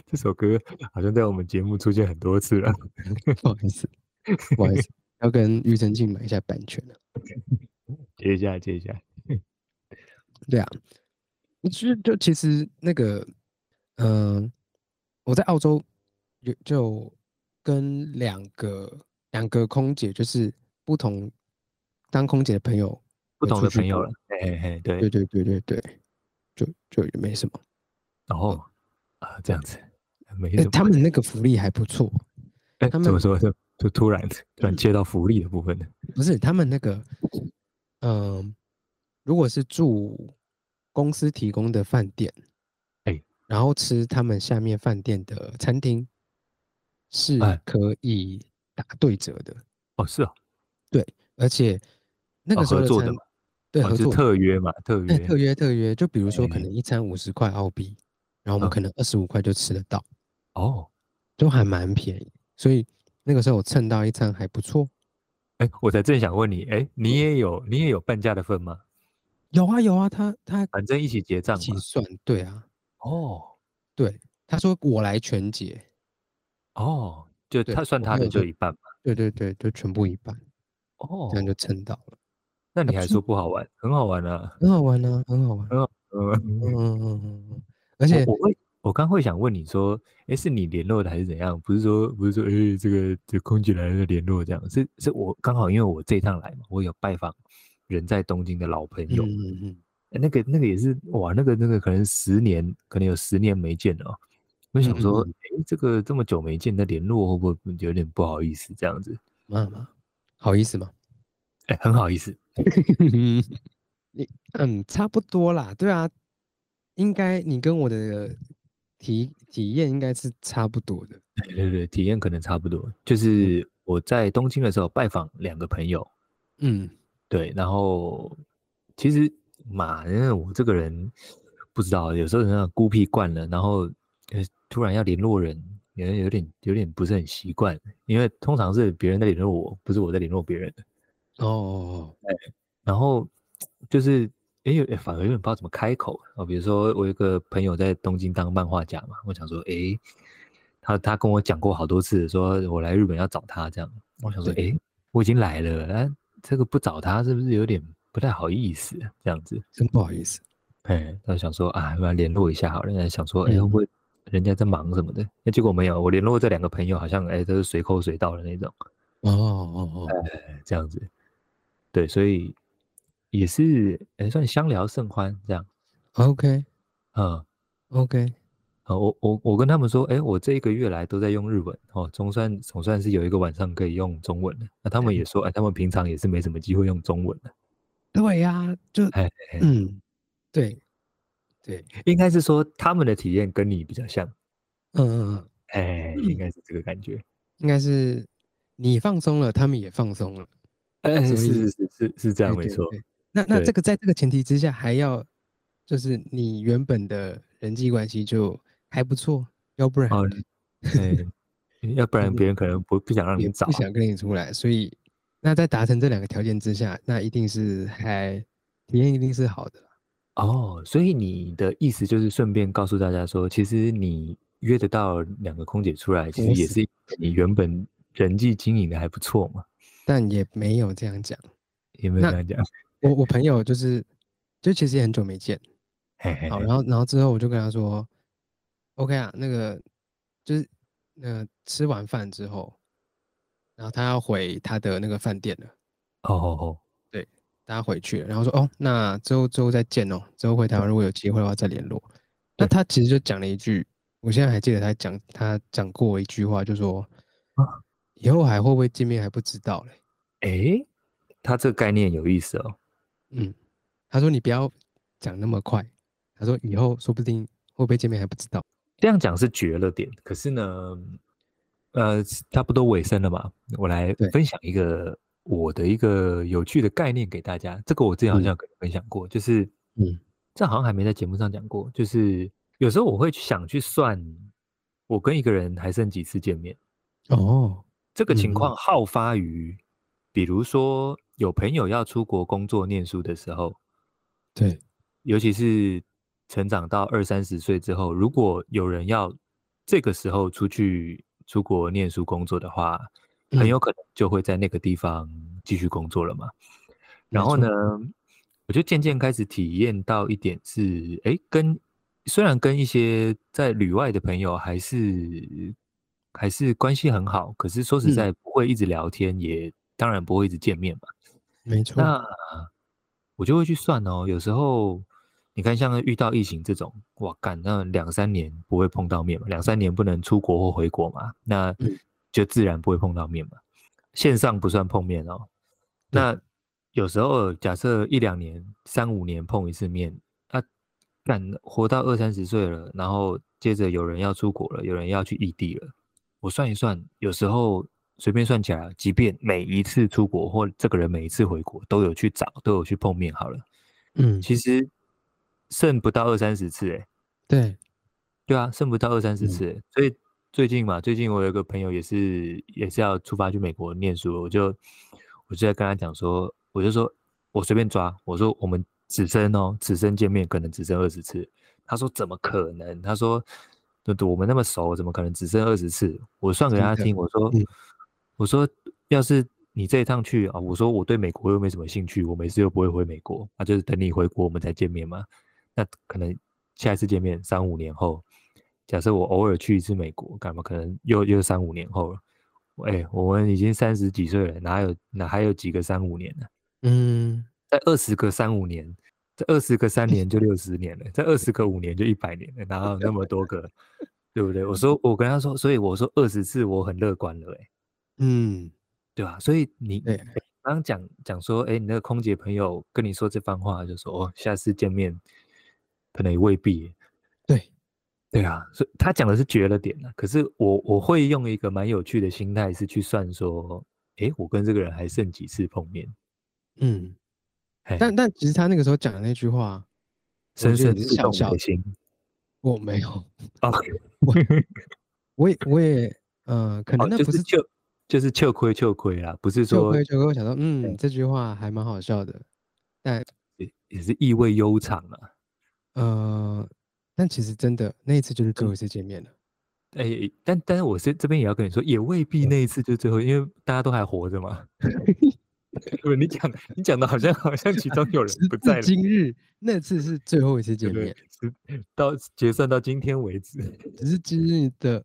Speaker 2: 这首歌好像在我们节目出现很多次了。
Speaker 1: 不好意思，不好意思，要跟庾澄庆买一下版权啊了。
Speaker 2: 接一下，接一下，
Speaker 1: 对啊，其实就其实那个，嗯、我在澳洲有就跟两个两个空姐，就是不同当空姐的朋友，
Speaker 2: 不
Speaker 1: 有
Speaker 2: 同
Speaker 1: 出
Speaker 2: 的
Speaker 1: 去
Speaker 2: 朋友
Speaker 1: 过
Speaker 2: 了。嘿嘿嘿，
Speaker 1: 对
Speaker 2: 对，
Speaker 1: 对对对对，就就也没什么。
Speaker 2: 然后啊，这样子，没
Speaker 1: 哎、
Speaker 2: 什么。
Speaker 1: 他们那个福利还不错，
Speaker 2: 哎，
Speaker 1: 他
Speaker 2: 怎么
Speaker 1: 们嗯
Speaker 2: 说？就就突然突然切到福利的部分呢？
Speaker 1: 呃不是他们那个，嗯、如果是住公司提供的饭店，
Speaker 2: 哎
Speaker 1: 然后吃他们下面饭店的餐厅，是
Speaker 2: 哎
Speaker 1: 可以打对折的，
Speaker 2: 哦，是哦，
Speaker 1: 而且那
Speaker 2: 哦
Speaker 1: 个时候
Speaker 2: 合作的
Speaker 1: 餐
Speaker 2: 嘛
Speaker 1: 对
Speaker 2: 哦
Speaker 1: 合
Speaker 2: 是
Speaker 1: 作的
Speaker 2: 特约嘛，特约，
Speaker 1: 哎特约特约，就比如说可
Speaker 2: 哎
Speaker 1: 能一餐五十块澳币，然后我们
Speaker 2: 嗯
Speaker 1: 可能二十五块就吃得到，
Speaker 2: 哦，
Speaker 1: 都还蛮便宜，所以那个时候我蹭到一餐还不错。
Speaker 2: 哎，我才正想问你，哎，
Speaker 1: 嗯
Speaker 2: 你也有你也有半价的份吗？
Speaker 1: 有啊有啊，他他
Speaker 2: 反正一起结
Speaker 1: 一
Speaker 2: 账
Speaker 1: 起
Speaker 2: 嘛。
Speaker 1: 算，对啊，
Speaker 2: 哦
Speaker 1: 对，他说我来全结，
Speaker 2: 哦，就
Speaker 1: 对
Speaker 2: 他算
Speaker 1: 我
Speaker 2: 他
Speaker 1: 朋
Speaker 2: 的
Speaker 1: 友
Speaker 2: 就
Speaker 1: 就
Speaker 2: 一半嘛。
Speaker 1: 对对对，就全部一半，
Speaker 2: 哦
Speaker 1: 这，样就蹭到了，
Speaker 2: 那你
Speaker 1: 不
Speaker 2: 还
Speaker 1: 错
Speaker 2: 说不好玩，很好玩啊。
Speaker 1: 很好玩啊，很好玩，嗯
Speaker 2: 嗯，
Speaker 1: 嗯嗯嗯嗯，而且
Speaker 2: 我我会我刚会想问你说，哎，是你联络的还是怎样？不是说不是说，哎，这个这个空姐来了联络这样，是是我刚好因为我这一趟来嘛，我有拜访人在东京的老朋
Speaker 1: 嗯
Speaker 2: 友，
Speaker 1: 嗯嗯，
Speaker 2: 欸那个那个也是哇，那个那个可能十年，可能有十年没见了哦。我想说，
Speaker 1: 嗯
Speaker 2: 哎、这个这么久没见，那联络会不会有点不好意思？这样子，
Speaker 1: 妈妈，嗯好意思 吗？
Speaker 2: 哎、很好意思。
Speaker 1: 你嗯，差不多啦，对啊，应该你跟我的体体验应该是差不多的，
Speaker 2: 对对对，体验可能差不多。
Speaker 1: 嗯
Speaker 2: 就是我在东京的时候拜访两个朋友，
Speaker 1: 嗯，
Speaker 2: 对，然后其实嘛，因为我这个人不知道，有时候人家孤僻惯了，然后呃突然要联络人，有点有点有点不是很习惯，因为通常是别人在联络我，不是我在联络别人。
Speaker 1: 哦哦，
Speaker 2: 然后就是哎，有诶反而有点不知道怎么开口哦。比如说，我有一个朋友在东京当漫画家嘛，我想说，哎，他他跟我讲过好多次，说我来日本要找他这样。我想说，
Speaker 1: 对
Speaker 2: 哎，我已经来了，啊，这个不找他是不是有点不太好意思？啊这样子，
Speaker 1: 真不好意思，
Speaker 2: 哎，他想说啊，不然联络一下好了。人家想说，哎，会
Speaker 1: 嗯
Speaker 2: 不会人家在忙什么的？那结果没有，我联络这两个朋友，好像哎都是随口随到的那种。
Speaker 1: 哦哦哦，
Speaker 2: 这样子。对，所以也是哎、算相聊甚欢这样。
Speaker 1: OK
Speaker 2: 嗯，
Speaker 1: OK，
Speaker 2: 好，我我我跟他们说，哎、我这一个月来都在用日文哦，总算总算是有一个晚上可以用中文了。那他们也说，哎、他们平常也是没什么机会用中文的。
Speaker 1: 对呀，就
Speaker 2: 哎、哎
Speaker 1: 嗯，对对，
Speaker 2: 应该是说他们的体验跟你比较像，
Speaker 1: 嗯嗯嗯，
Speaker 2: 哎、应该是这个感觉。
Speaker 1: 应该是你放松了，他们也放松了，
Speaker 2: 哎、
Speaker 1: 嗯所
Speaker 2: 是
Speaker 1: 以
Speaker 2: 是是是是这样，
Speaker 1: 对
Speaker 2: 啊没
Speaker 1: 对
Speaker 2: 错。
Speaker 1: 对那那
Speaker 2: 对
Speaker 1: 这个在这个前提之下，还要就是你原本的人际关系就还不错，要不然
Speaker 2: 哦，哎、要不然别人可能不不想让
Speaker 1: 也
Speaker 2: 你找
Speaker 1: 不
Speaker 2: 啊。
Speaker 1: 想跟你出来。所以那在达成这两个条件之下，那一定是还体验一定是好的啦。
Speaker 2: 哦，所以你的意思就是顺便告诉大家说，其实你约得到两个空姐出来，其
Speaker 1: 我
Speaker 2: 实也
Speaker 1: 死
Speaker 2: 是因为你原本人际经营的还不错嘛，
Speaker 1: 但也没有这样讲。
Speaker 2: 有没有
Speaker 1: 那
Speaker 2: 这样讲？
Speaker 1: 我我朋友就是就其实也很久没见，
Speaker 2: 嘿嘿
Speaker 1: 好，
Speaker 2: 嘿
Speaker 1: 然后然后之后我就跟他说，OK 啊，那个就是呃吃完饭之后，然后他要回他的那个饭店了。
Speaker 2: 哦哦哦，
Speaker 1: 大家回去了，然后说哦，那之后之后再见哦，之后回台湾如果有机会的话再联络。那
Speaker 2: 对
Speaker 1: 他其实就讲了一句，我现在还记得他讲他讲过一句话，就说
Speaker 2: 啊
Speaker 1: 以后还会不会见面还不知道嘞。
Speaker 2: 诶，他这个概念有意思哦，
Speaker 1: 嗯，他说你不要讲那么快，他说以后说不定会不会见面还不知道。
Speaker 2: 这样讲是绝了点，可是呢，呃，差不多尾声了嘛，我来
Speaker 1: 对
Speaker 2: 分享一个我的一个有趣的概念给大家。这个我之前好
Speaker 1: 嗯
Speaker 2: 像有跟你分享过，就是，
Speaker 1: 嗯，
Speaker 2: 这好像还没在节目上讲过，就是有时候我会去想去算，我跟一个人还剩几次见面。
Speaker 1: 哦，
Speaker 2: 这个情
Speaker 1: 嗯
Speaker 2: 况好发于，比如说有朋友要出国工作念书的时候，
Speaker 1: 对，
Speaker 2: 尤其是成长到二三十岁之后，如果有人要这个时候出去出国念书工作的话，很
Speaker 1: 嗯
Speaker 2: 有可能就会在那个地方继续工作了嘛。
Speaker 1: 没
Speaker 2: 然后
Speaker 1: 错
Speaker 2: 呢，我就渐渐开始体验到一点是，哎，跟虽然跟一些在旅外的朋友还是还是关系很好，可是说实
Speaker 1: 嗯
Speaker 2: 在不会一直聊天，也当然不会一直见面嘛。
Speaker 1: 没错，
Speaker 2: 那我就会去算哦，有时候你看，像遇到疫情这种，哇，干那两三年不会碰到面嘛，两三年不能出国或回国嘛，那
Speaker 1: 嗯
Speaker 2: 就自然不会碰到面嘛。线上不算碰面哦。
Speaker 1: 对
Speaker 2: 那有时候假设一两年、三五年碰一次面，那、啊干活到二三十岁了，然后接着有人要出国了，有人要去异地了。我算一算，有时候随便算起来，即便每一次出国或这个人每一次回国都有去找，都有去碰面，好了，
Speaker 1: 嗯，
Speaker 2: 其实剩不到二三十次、欸，哎，
Speaker 1: 对，
Speaker 2: 对啊，剩不到二三十
Speaker 1: 嗯
Speaker 2: 次欸、所以最近嘛，最近我有一个朋友也是也是要出发去美国念书，我就我就在跟他讲说，我就说我随便抓，我说我们只剩哦，只剩见面可能只剩二十次。他说怎么可能？他说对对，我们那么熟，怎么可能只剩二十次？我算给
Speaker 1: 真
Speaker 2: 他
Speaker 1: 的
Speaker 2: 听，我说、
Speaker 1: 嗯
Speaker 2: 我说要是你这一趟去啊，我说我对美国又没什么兴趣，我每次又不会回美国，那、就是等你回国我们才见面嘛。那可能下一次见面三五年后，假设我偶尔去一次美国，干嘛？可能又又三五年后了。哎、我们已经三十几岁了，哪有哪还有几个三五年呢、
Speaker 1: 嗯，
Speaker 2: 在二十个三五年，在二十个三年就六十年了，在二十个五年就一百年了，哪有那么多个？对不对？我说我跟他说，所以我说二十次我很乐观了、欸，
Speaker 1: 嗯，
Speaker 2: 对吧、所以你
Speaker 1: 对
Speaker 2: 哎刚刚讲讲说，哎、你那个空姐朋友跟你说这番话，就说哦，下次见面可能也未必欸、
Speaker 1: 对，
Speaker 2: 对啊，所以他讲的是绝了点啊。可是我我会用一个蛮有趣的心态，是去算说，哎，我跟这个人还剩几次碰面？
Speaker 1: 嗯，
Speaker 2: 嘿
Speaker 1: 但但其实他那个时候讲的那句话，
Speaker 2: 深
Speaker 1: 觉得
Speaker 2: 深
Speaker 1: 你是
Speaker 2: 触
Speaker 1: 笑
Speaker 2: 动我
Speaker 1: 笑
Speaker 2: 的心。
Speaker 1: 我没有，
Speaker 2: 哦，
Speaker 1: 我也我也呃，可
Speaker 2: 哦
Speaker 1: 能那
Speaker 2: 就
Speaker 1: 不是
Speaker 2: 就就是糗亏糗亏啦，不是
Speaker 1: 就
Speaker 2: 说
Speaker 1: 会就会想到，嗯，这句话还蛮好笑的，
Speaker 2: 也也是意味悠长啊。
Speaker 1: 呃，但其实真的那一次就是最
Speaker 2: 嗯
Speaker 1: 后一次见面了，
Speaker 2: 哎、但但是我是这边也要跟你说，也未必
Speaker 1: 对
Speaker 2: 那一次就最后，因为大家都还活着 嘛。不，你讲你讲的好像好像其中有人
Speaker 1: 直
Speaker 2: 不
Speaker 1: 至
Speaker 2: 在了，
Speaker 1: 今日那次是最后一次
Speaker 2: 对
Speaker 1: 见
Speaker 2: 不
Speaker 1: 面
Speaker 2: 对，？是到结算到今天为止，
Speaker 1: 只是今日的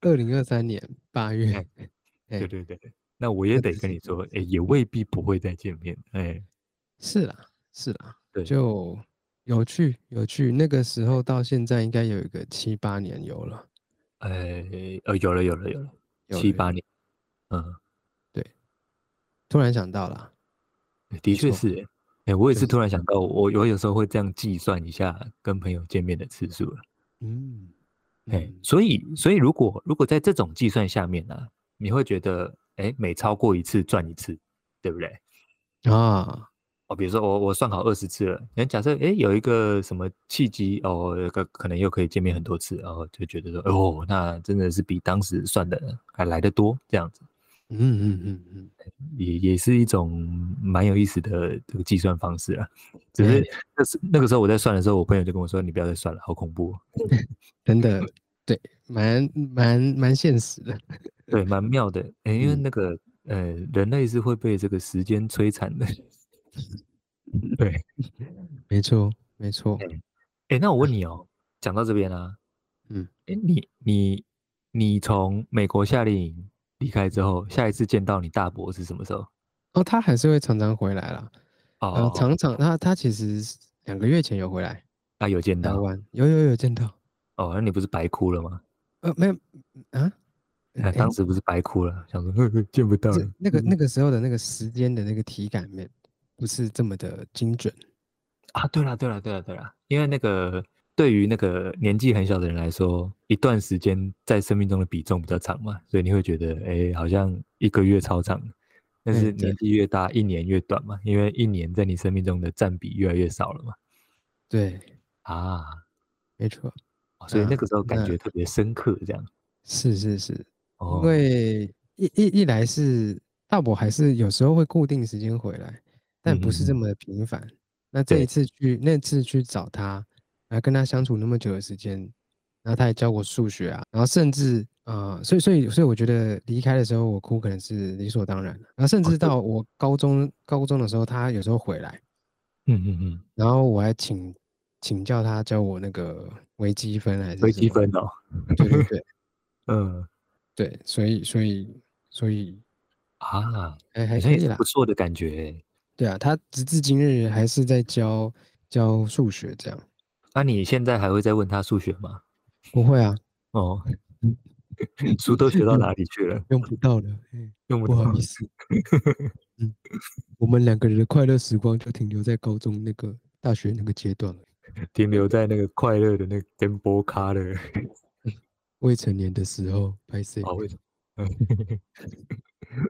Speaker 1: 二零二三年八月，
Speaker 2: 嗯
Speaker 1: 哎
Speaker 2: 对对对。那我也
Speaker 1: 那
Speaker 2: 得
Speaker 1: 只
Speaker 2: 跟
Speaker 1: 是
Speaker 2: 你
Speaker 1: 一
Speaker 2: 说，哎、
Speaker 1: 次
Speaker 2: 也未必不会再见面，哎、
Speaker 1: 是啦是啦，
Speaker 2: 对
Speaker 1: 就有趣有趣，那个时候到现在应该有一个七八年有了，
Speaker 2: 哎，呃，有了有了有了，
Speaker 1: 有
Speaker 2: 七
Speaker 1: 了
Speaker 2: 八年，嗯，
Speaker 1: 突然想到啦，
Speaker 2: 的
Speaker 1: 没
Speaker 2: 确
Speaker 1: 错
Speaker 2: 是欸，哎、我也
Speaker 1: 就是是
Speaker 2: 突然想到，我我有时候会这样计算一下跟朋友见面的次数了，
Speaker 1: 嗯，
Speaker 2: 哎、
Speaker 1: 嗯
Speaker 2: 所以所以如果如果在这种计算下面呢、你会觉得，哎、每超过一次赚一次，对不对？
Speaker 1: 啊，
Speaker 2: 哦，比如说我我算好二十次了，那假设哎有一个什么契机哦，有个可能又可以见面很多次，然、后就觉得说哦，那真的是比当时算的还来得多，这样子
Speaker 1: 嗯嗯嗯嗯，
Speaker 2: 也也是一种蛮有意思的这个计算方式啊。只是那时那个时候我在算的时候，我朋友就跟我说：“你不要再算了，好恐怖哦、
Speaker 1: 真的对，蛮蛮蛮现实的，
Speaker 2: 对，蛮妙的，哎，因为
Speaker 1: 嗯
Speaker 2: 那个呃，人类是会被这个时间摧残的。对，
Speaker 1: 没错没错，
Speaker 2: 哎，那我问你哦，讲到这边啊，
Speaker 1: 嗯，
Speaker 2: 哎，你你你从美国夏令营离开之后，下一次见到你大伯是什么时候？
Speaker 1: 哦，他还是会常常回来啦，呃，
Speaker 2: 哦，
Speaker 1: 常常他他其实是两个月前有回来
Speaker 2: 啊，有见
Speaker 1: 台
Speaker 2: 到
Speaker 1: 湾，有有有见到，
Speaker 2: 哦，那你不是白哭了吗？
Speaker 1: 呃，没有啊，
Speaker 2: 那
Speaker 1: 哎
Speaker 2: 当嗯时不是白哭了，想说呵 呵见不到
Speaker 1: 这
Speaker 2: 了。
Speaker 1: 那个那个时候的那个时间的那个体感面不是这么的精准，
Speaker 2: 啊，对了，对了，对了，对了，因为那个对于那个年纪很小的人来说，一段时间在生命中的比重比较长嘛，所以你会觉得，哎，好像一个月超长，但
Speaker 1: 哎
Speaker 2: 是
Speaker 1: 对
Speaker 2: 年纪越大，一年越短嘛，因为一年在你生命中的占比越来越少了嘛。
Speaker 1: 对，
Speaker 2: 啊，
Speaker 1: 没错，
Speaker 2: 哦所以那
Speaker 1: 那
Speaker 2: 个时候感
Speaker 1: 那
Speaker 2: 觉特别深刻，这样。
Speaker 1: 是是是，嗯因
Speaker 2: 哦，
Speaker 1: 为一一一来是大伯还是有时候会固定时间回来，但不是这
Speaker 2: 嗯
Speaker 1: 么的频繁。那这
Speaker 2: 对
Speaker 1: 一次去那次去找他，然后跟他相处那么久的时间，然后他也教我数学啊，然后甚至啊、呃所以所以所以我觉得离开的时候我哭可能是理所当然的。然后甚
Speaker 2: 哦
Speaker 1: 至
Speaker 2: 这
Speaker 1: 到我高中高中的时候，他有时候回来，
Speaker 2: 嗯嗯嗯，
Speaker 1: 然后我还请请教他教我那个微积分还是
Speaker 2: 微
Speaker 1: 什
Speaker 2: 积
Speaker 1: 么，
Speaker 2: 分哦，
Speaker 1: 对 对对
Speaker 2: 嗯
Speaker 1: 对，所以所以所以哎
Speaker 2: 啊，
Speaker 1: 还
Speaker 2: 好
Speaker 1: 还
Speaker 2: 像
Speaker 1: 可
Speaker 2: 也
Speaker 1: 以
Speaker 2: 是
Speaker 1: 啦
Speaker 2: 不。错的感觉欸。
Speaker 1: 对啊，他直至今日还是在教教数学，这样
Speaker 2: 那你现在还会再问他数学吗？
Speaker 1: 不会啊，
Speaker 2: 哦，书都学
Speaker 1: 嗯
Speaker 2: 到哪里去了？
Speaker 1: 用不到了，嗯
Speaker 2: 用不
Speaker 1: 不
Speaker 2: 到
Speaker 1: 好。意思。嗯，我们两个人的快乐时光就停留在高中那个、大学那个阶段了。
Speaker 2: 停留在那个快乐的那个 g a m b o 卡的
Speaker 1: 未成年的时候拍摄。
Speaker 2: 哦，为什么？ 嗯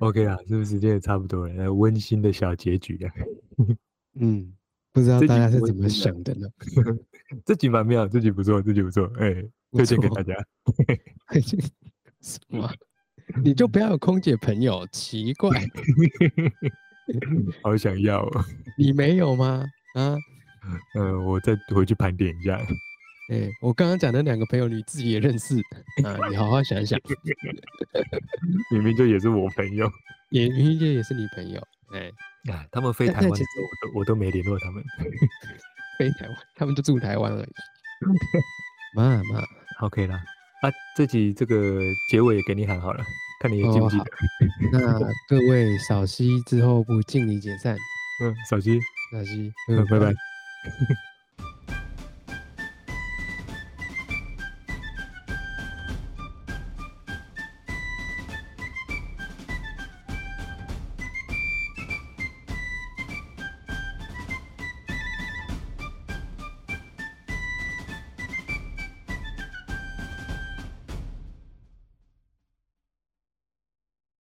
Speaker 2: OK 啦，是不是时间也差不多了？那温馨的小结局啊，
Speaker 1: 嗯，不知道
Speaker 2: 这
Speaker 1: 大
Speaker 2: 集
Speaker 1: 家是
Speaker 2: 不会
Speaker 1: 怎么
Speaker 2: 听的
Speaker 1: 想的呢？
Speaker 2: 这集蛮妙，这集不错，这集不错，哎、
Speaker 1: 不
Speaker 2: 推荐给
Speaker 1: 错
Speaker 2: 大家。
Speaker 1: 什么啊？你就不要有空姐朋友，奇怪，
Speaker 2: 好想要、哦，
Speaker 1: 你没有吗？啊，
Speaker 2: 呃，我再回去盘点一下。
Speaker 1: 哎、我刚刚讲的两个朋友，你自己也认识啊，你好好想一想，
Speaker 2: 明明就也是我朋友
Speaker 1: 也云姐也是你朋友，哎、
Speaker 2: 啊，他 们飞
Speaker 1: 但
Speaker 2: 台
Speaker 1: 但
Speaker 2: 湾
Speaker 1: 其
Speaker 2: 的时候，我都我都没联络他们。
Speaker 1: 飞台湾，他们就住台湾而已。 妈妈，
Speaker 2: OK 啦，啊，这集这个结尾也给你喊好了，看你记不
Speaker 1: 哦
Speaker 2: 记得
Speaker 1: 好。那各位少熙之后不敬礼解散，
Speaker 2: 嗯，小鸡，
Speaker 1: 少熙，
Speaker 2: 嗯，拜拜。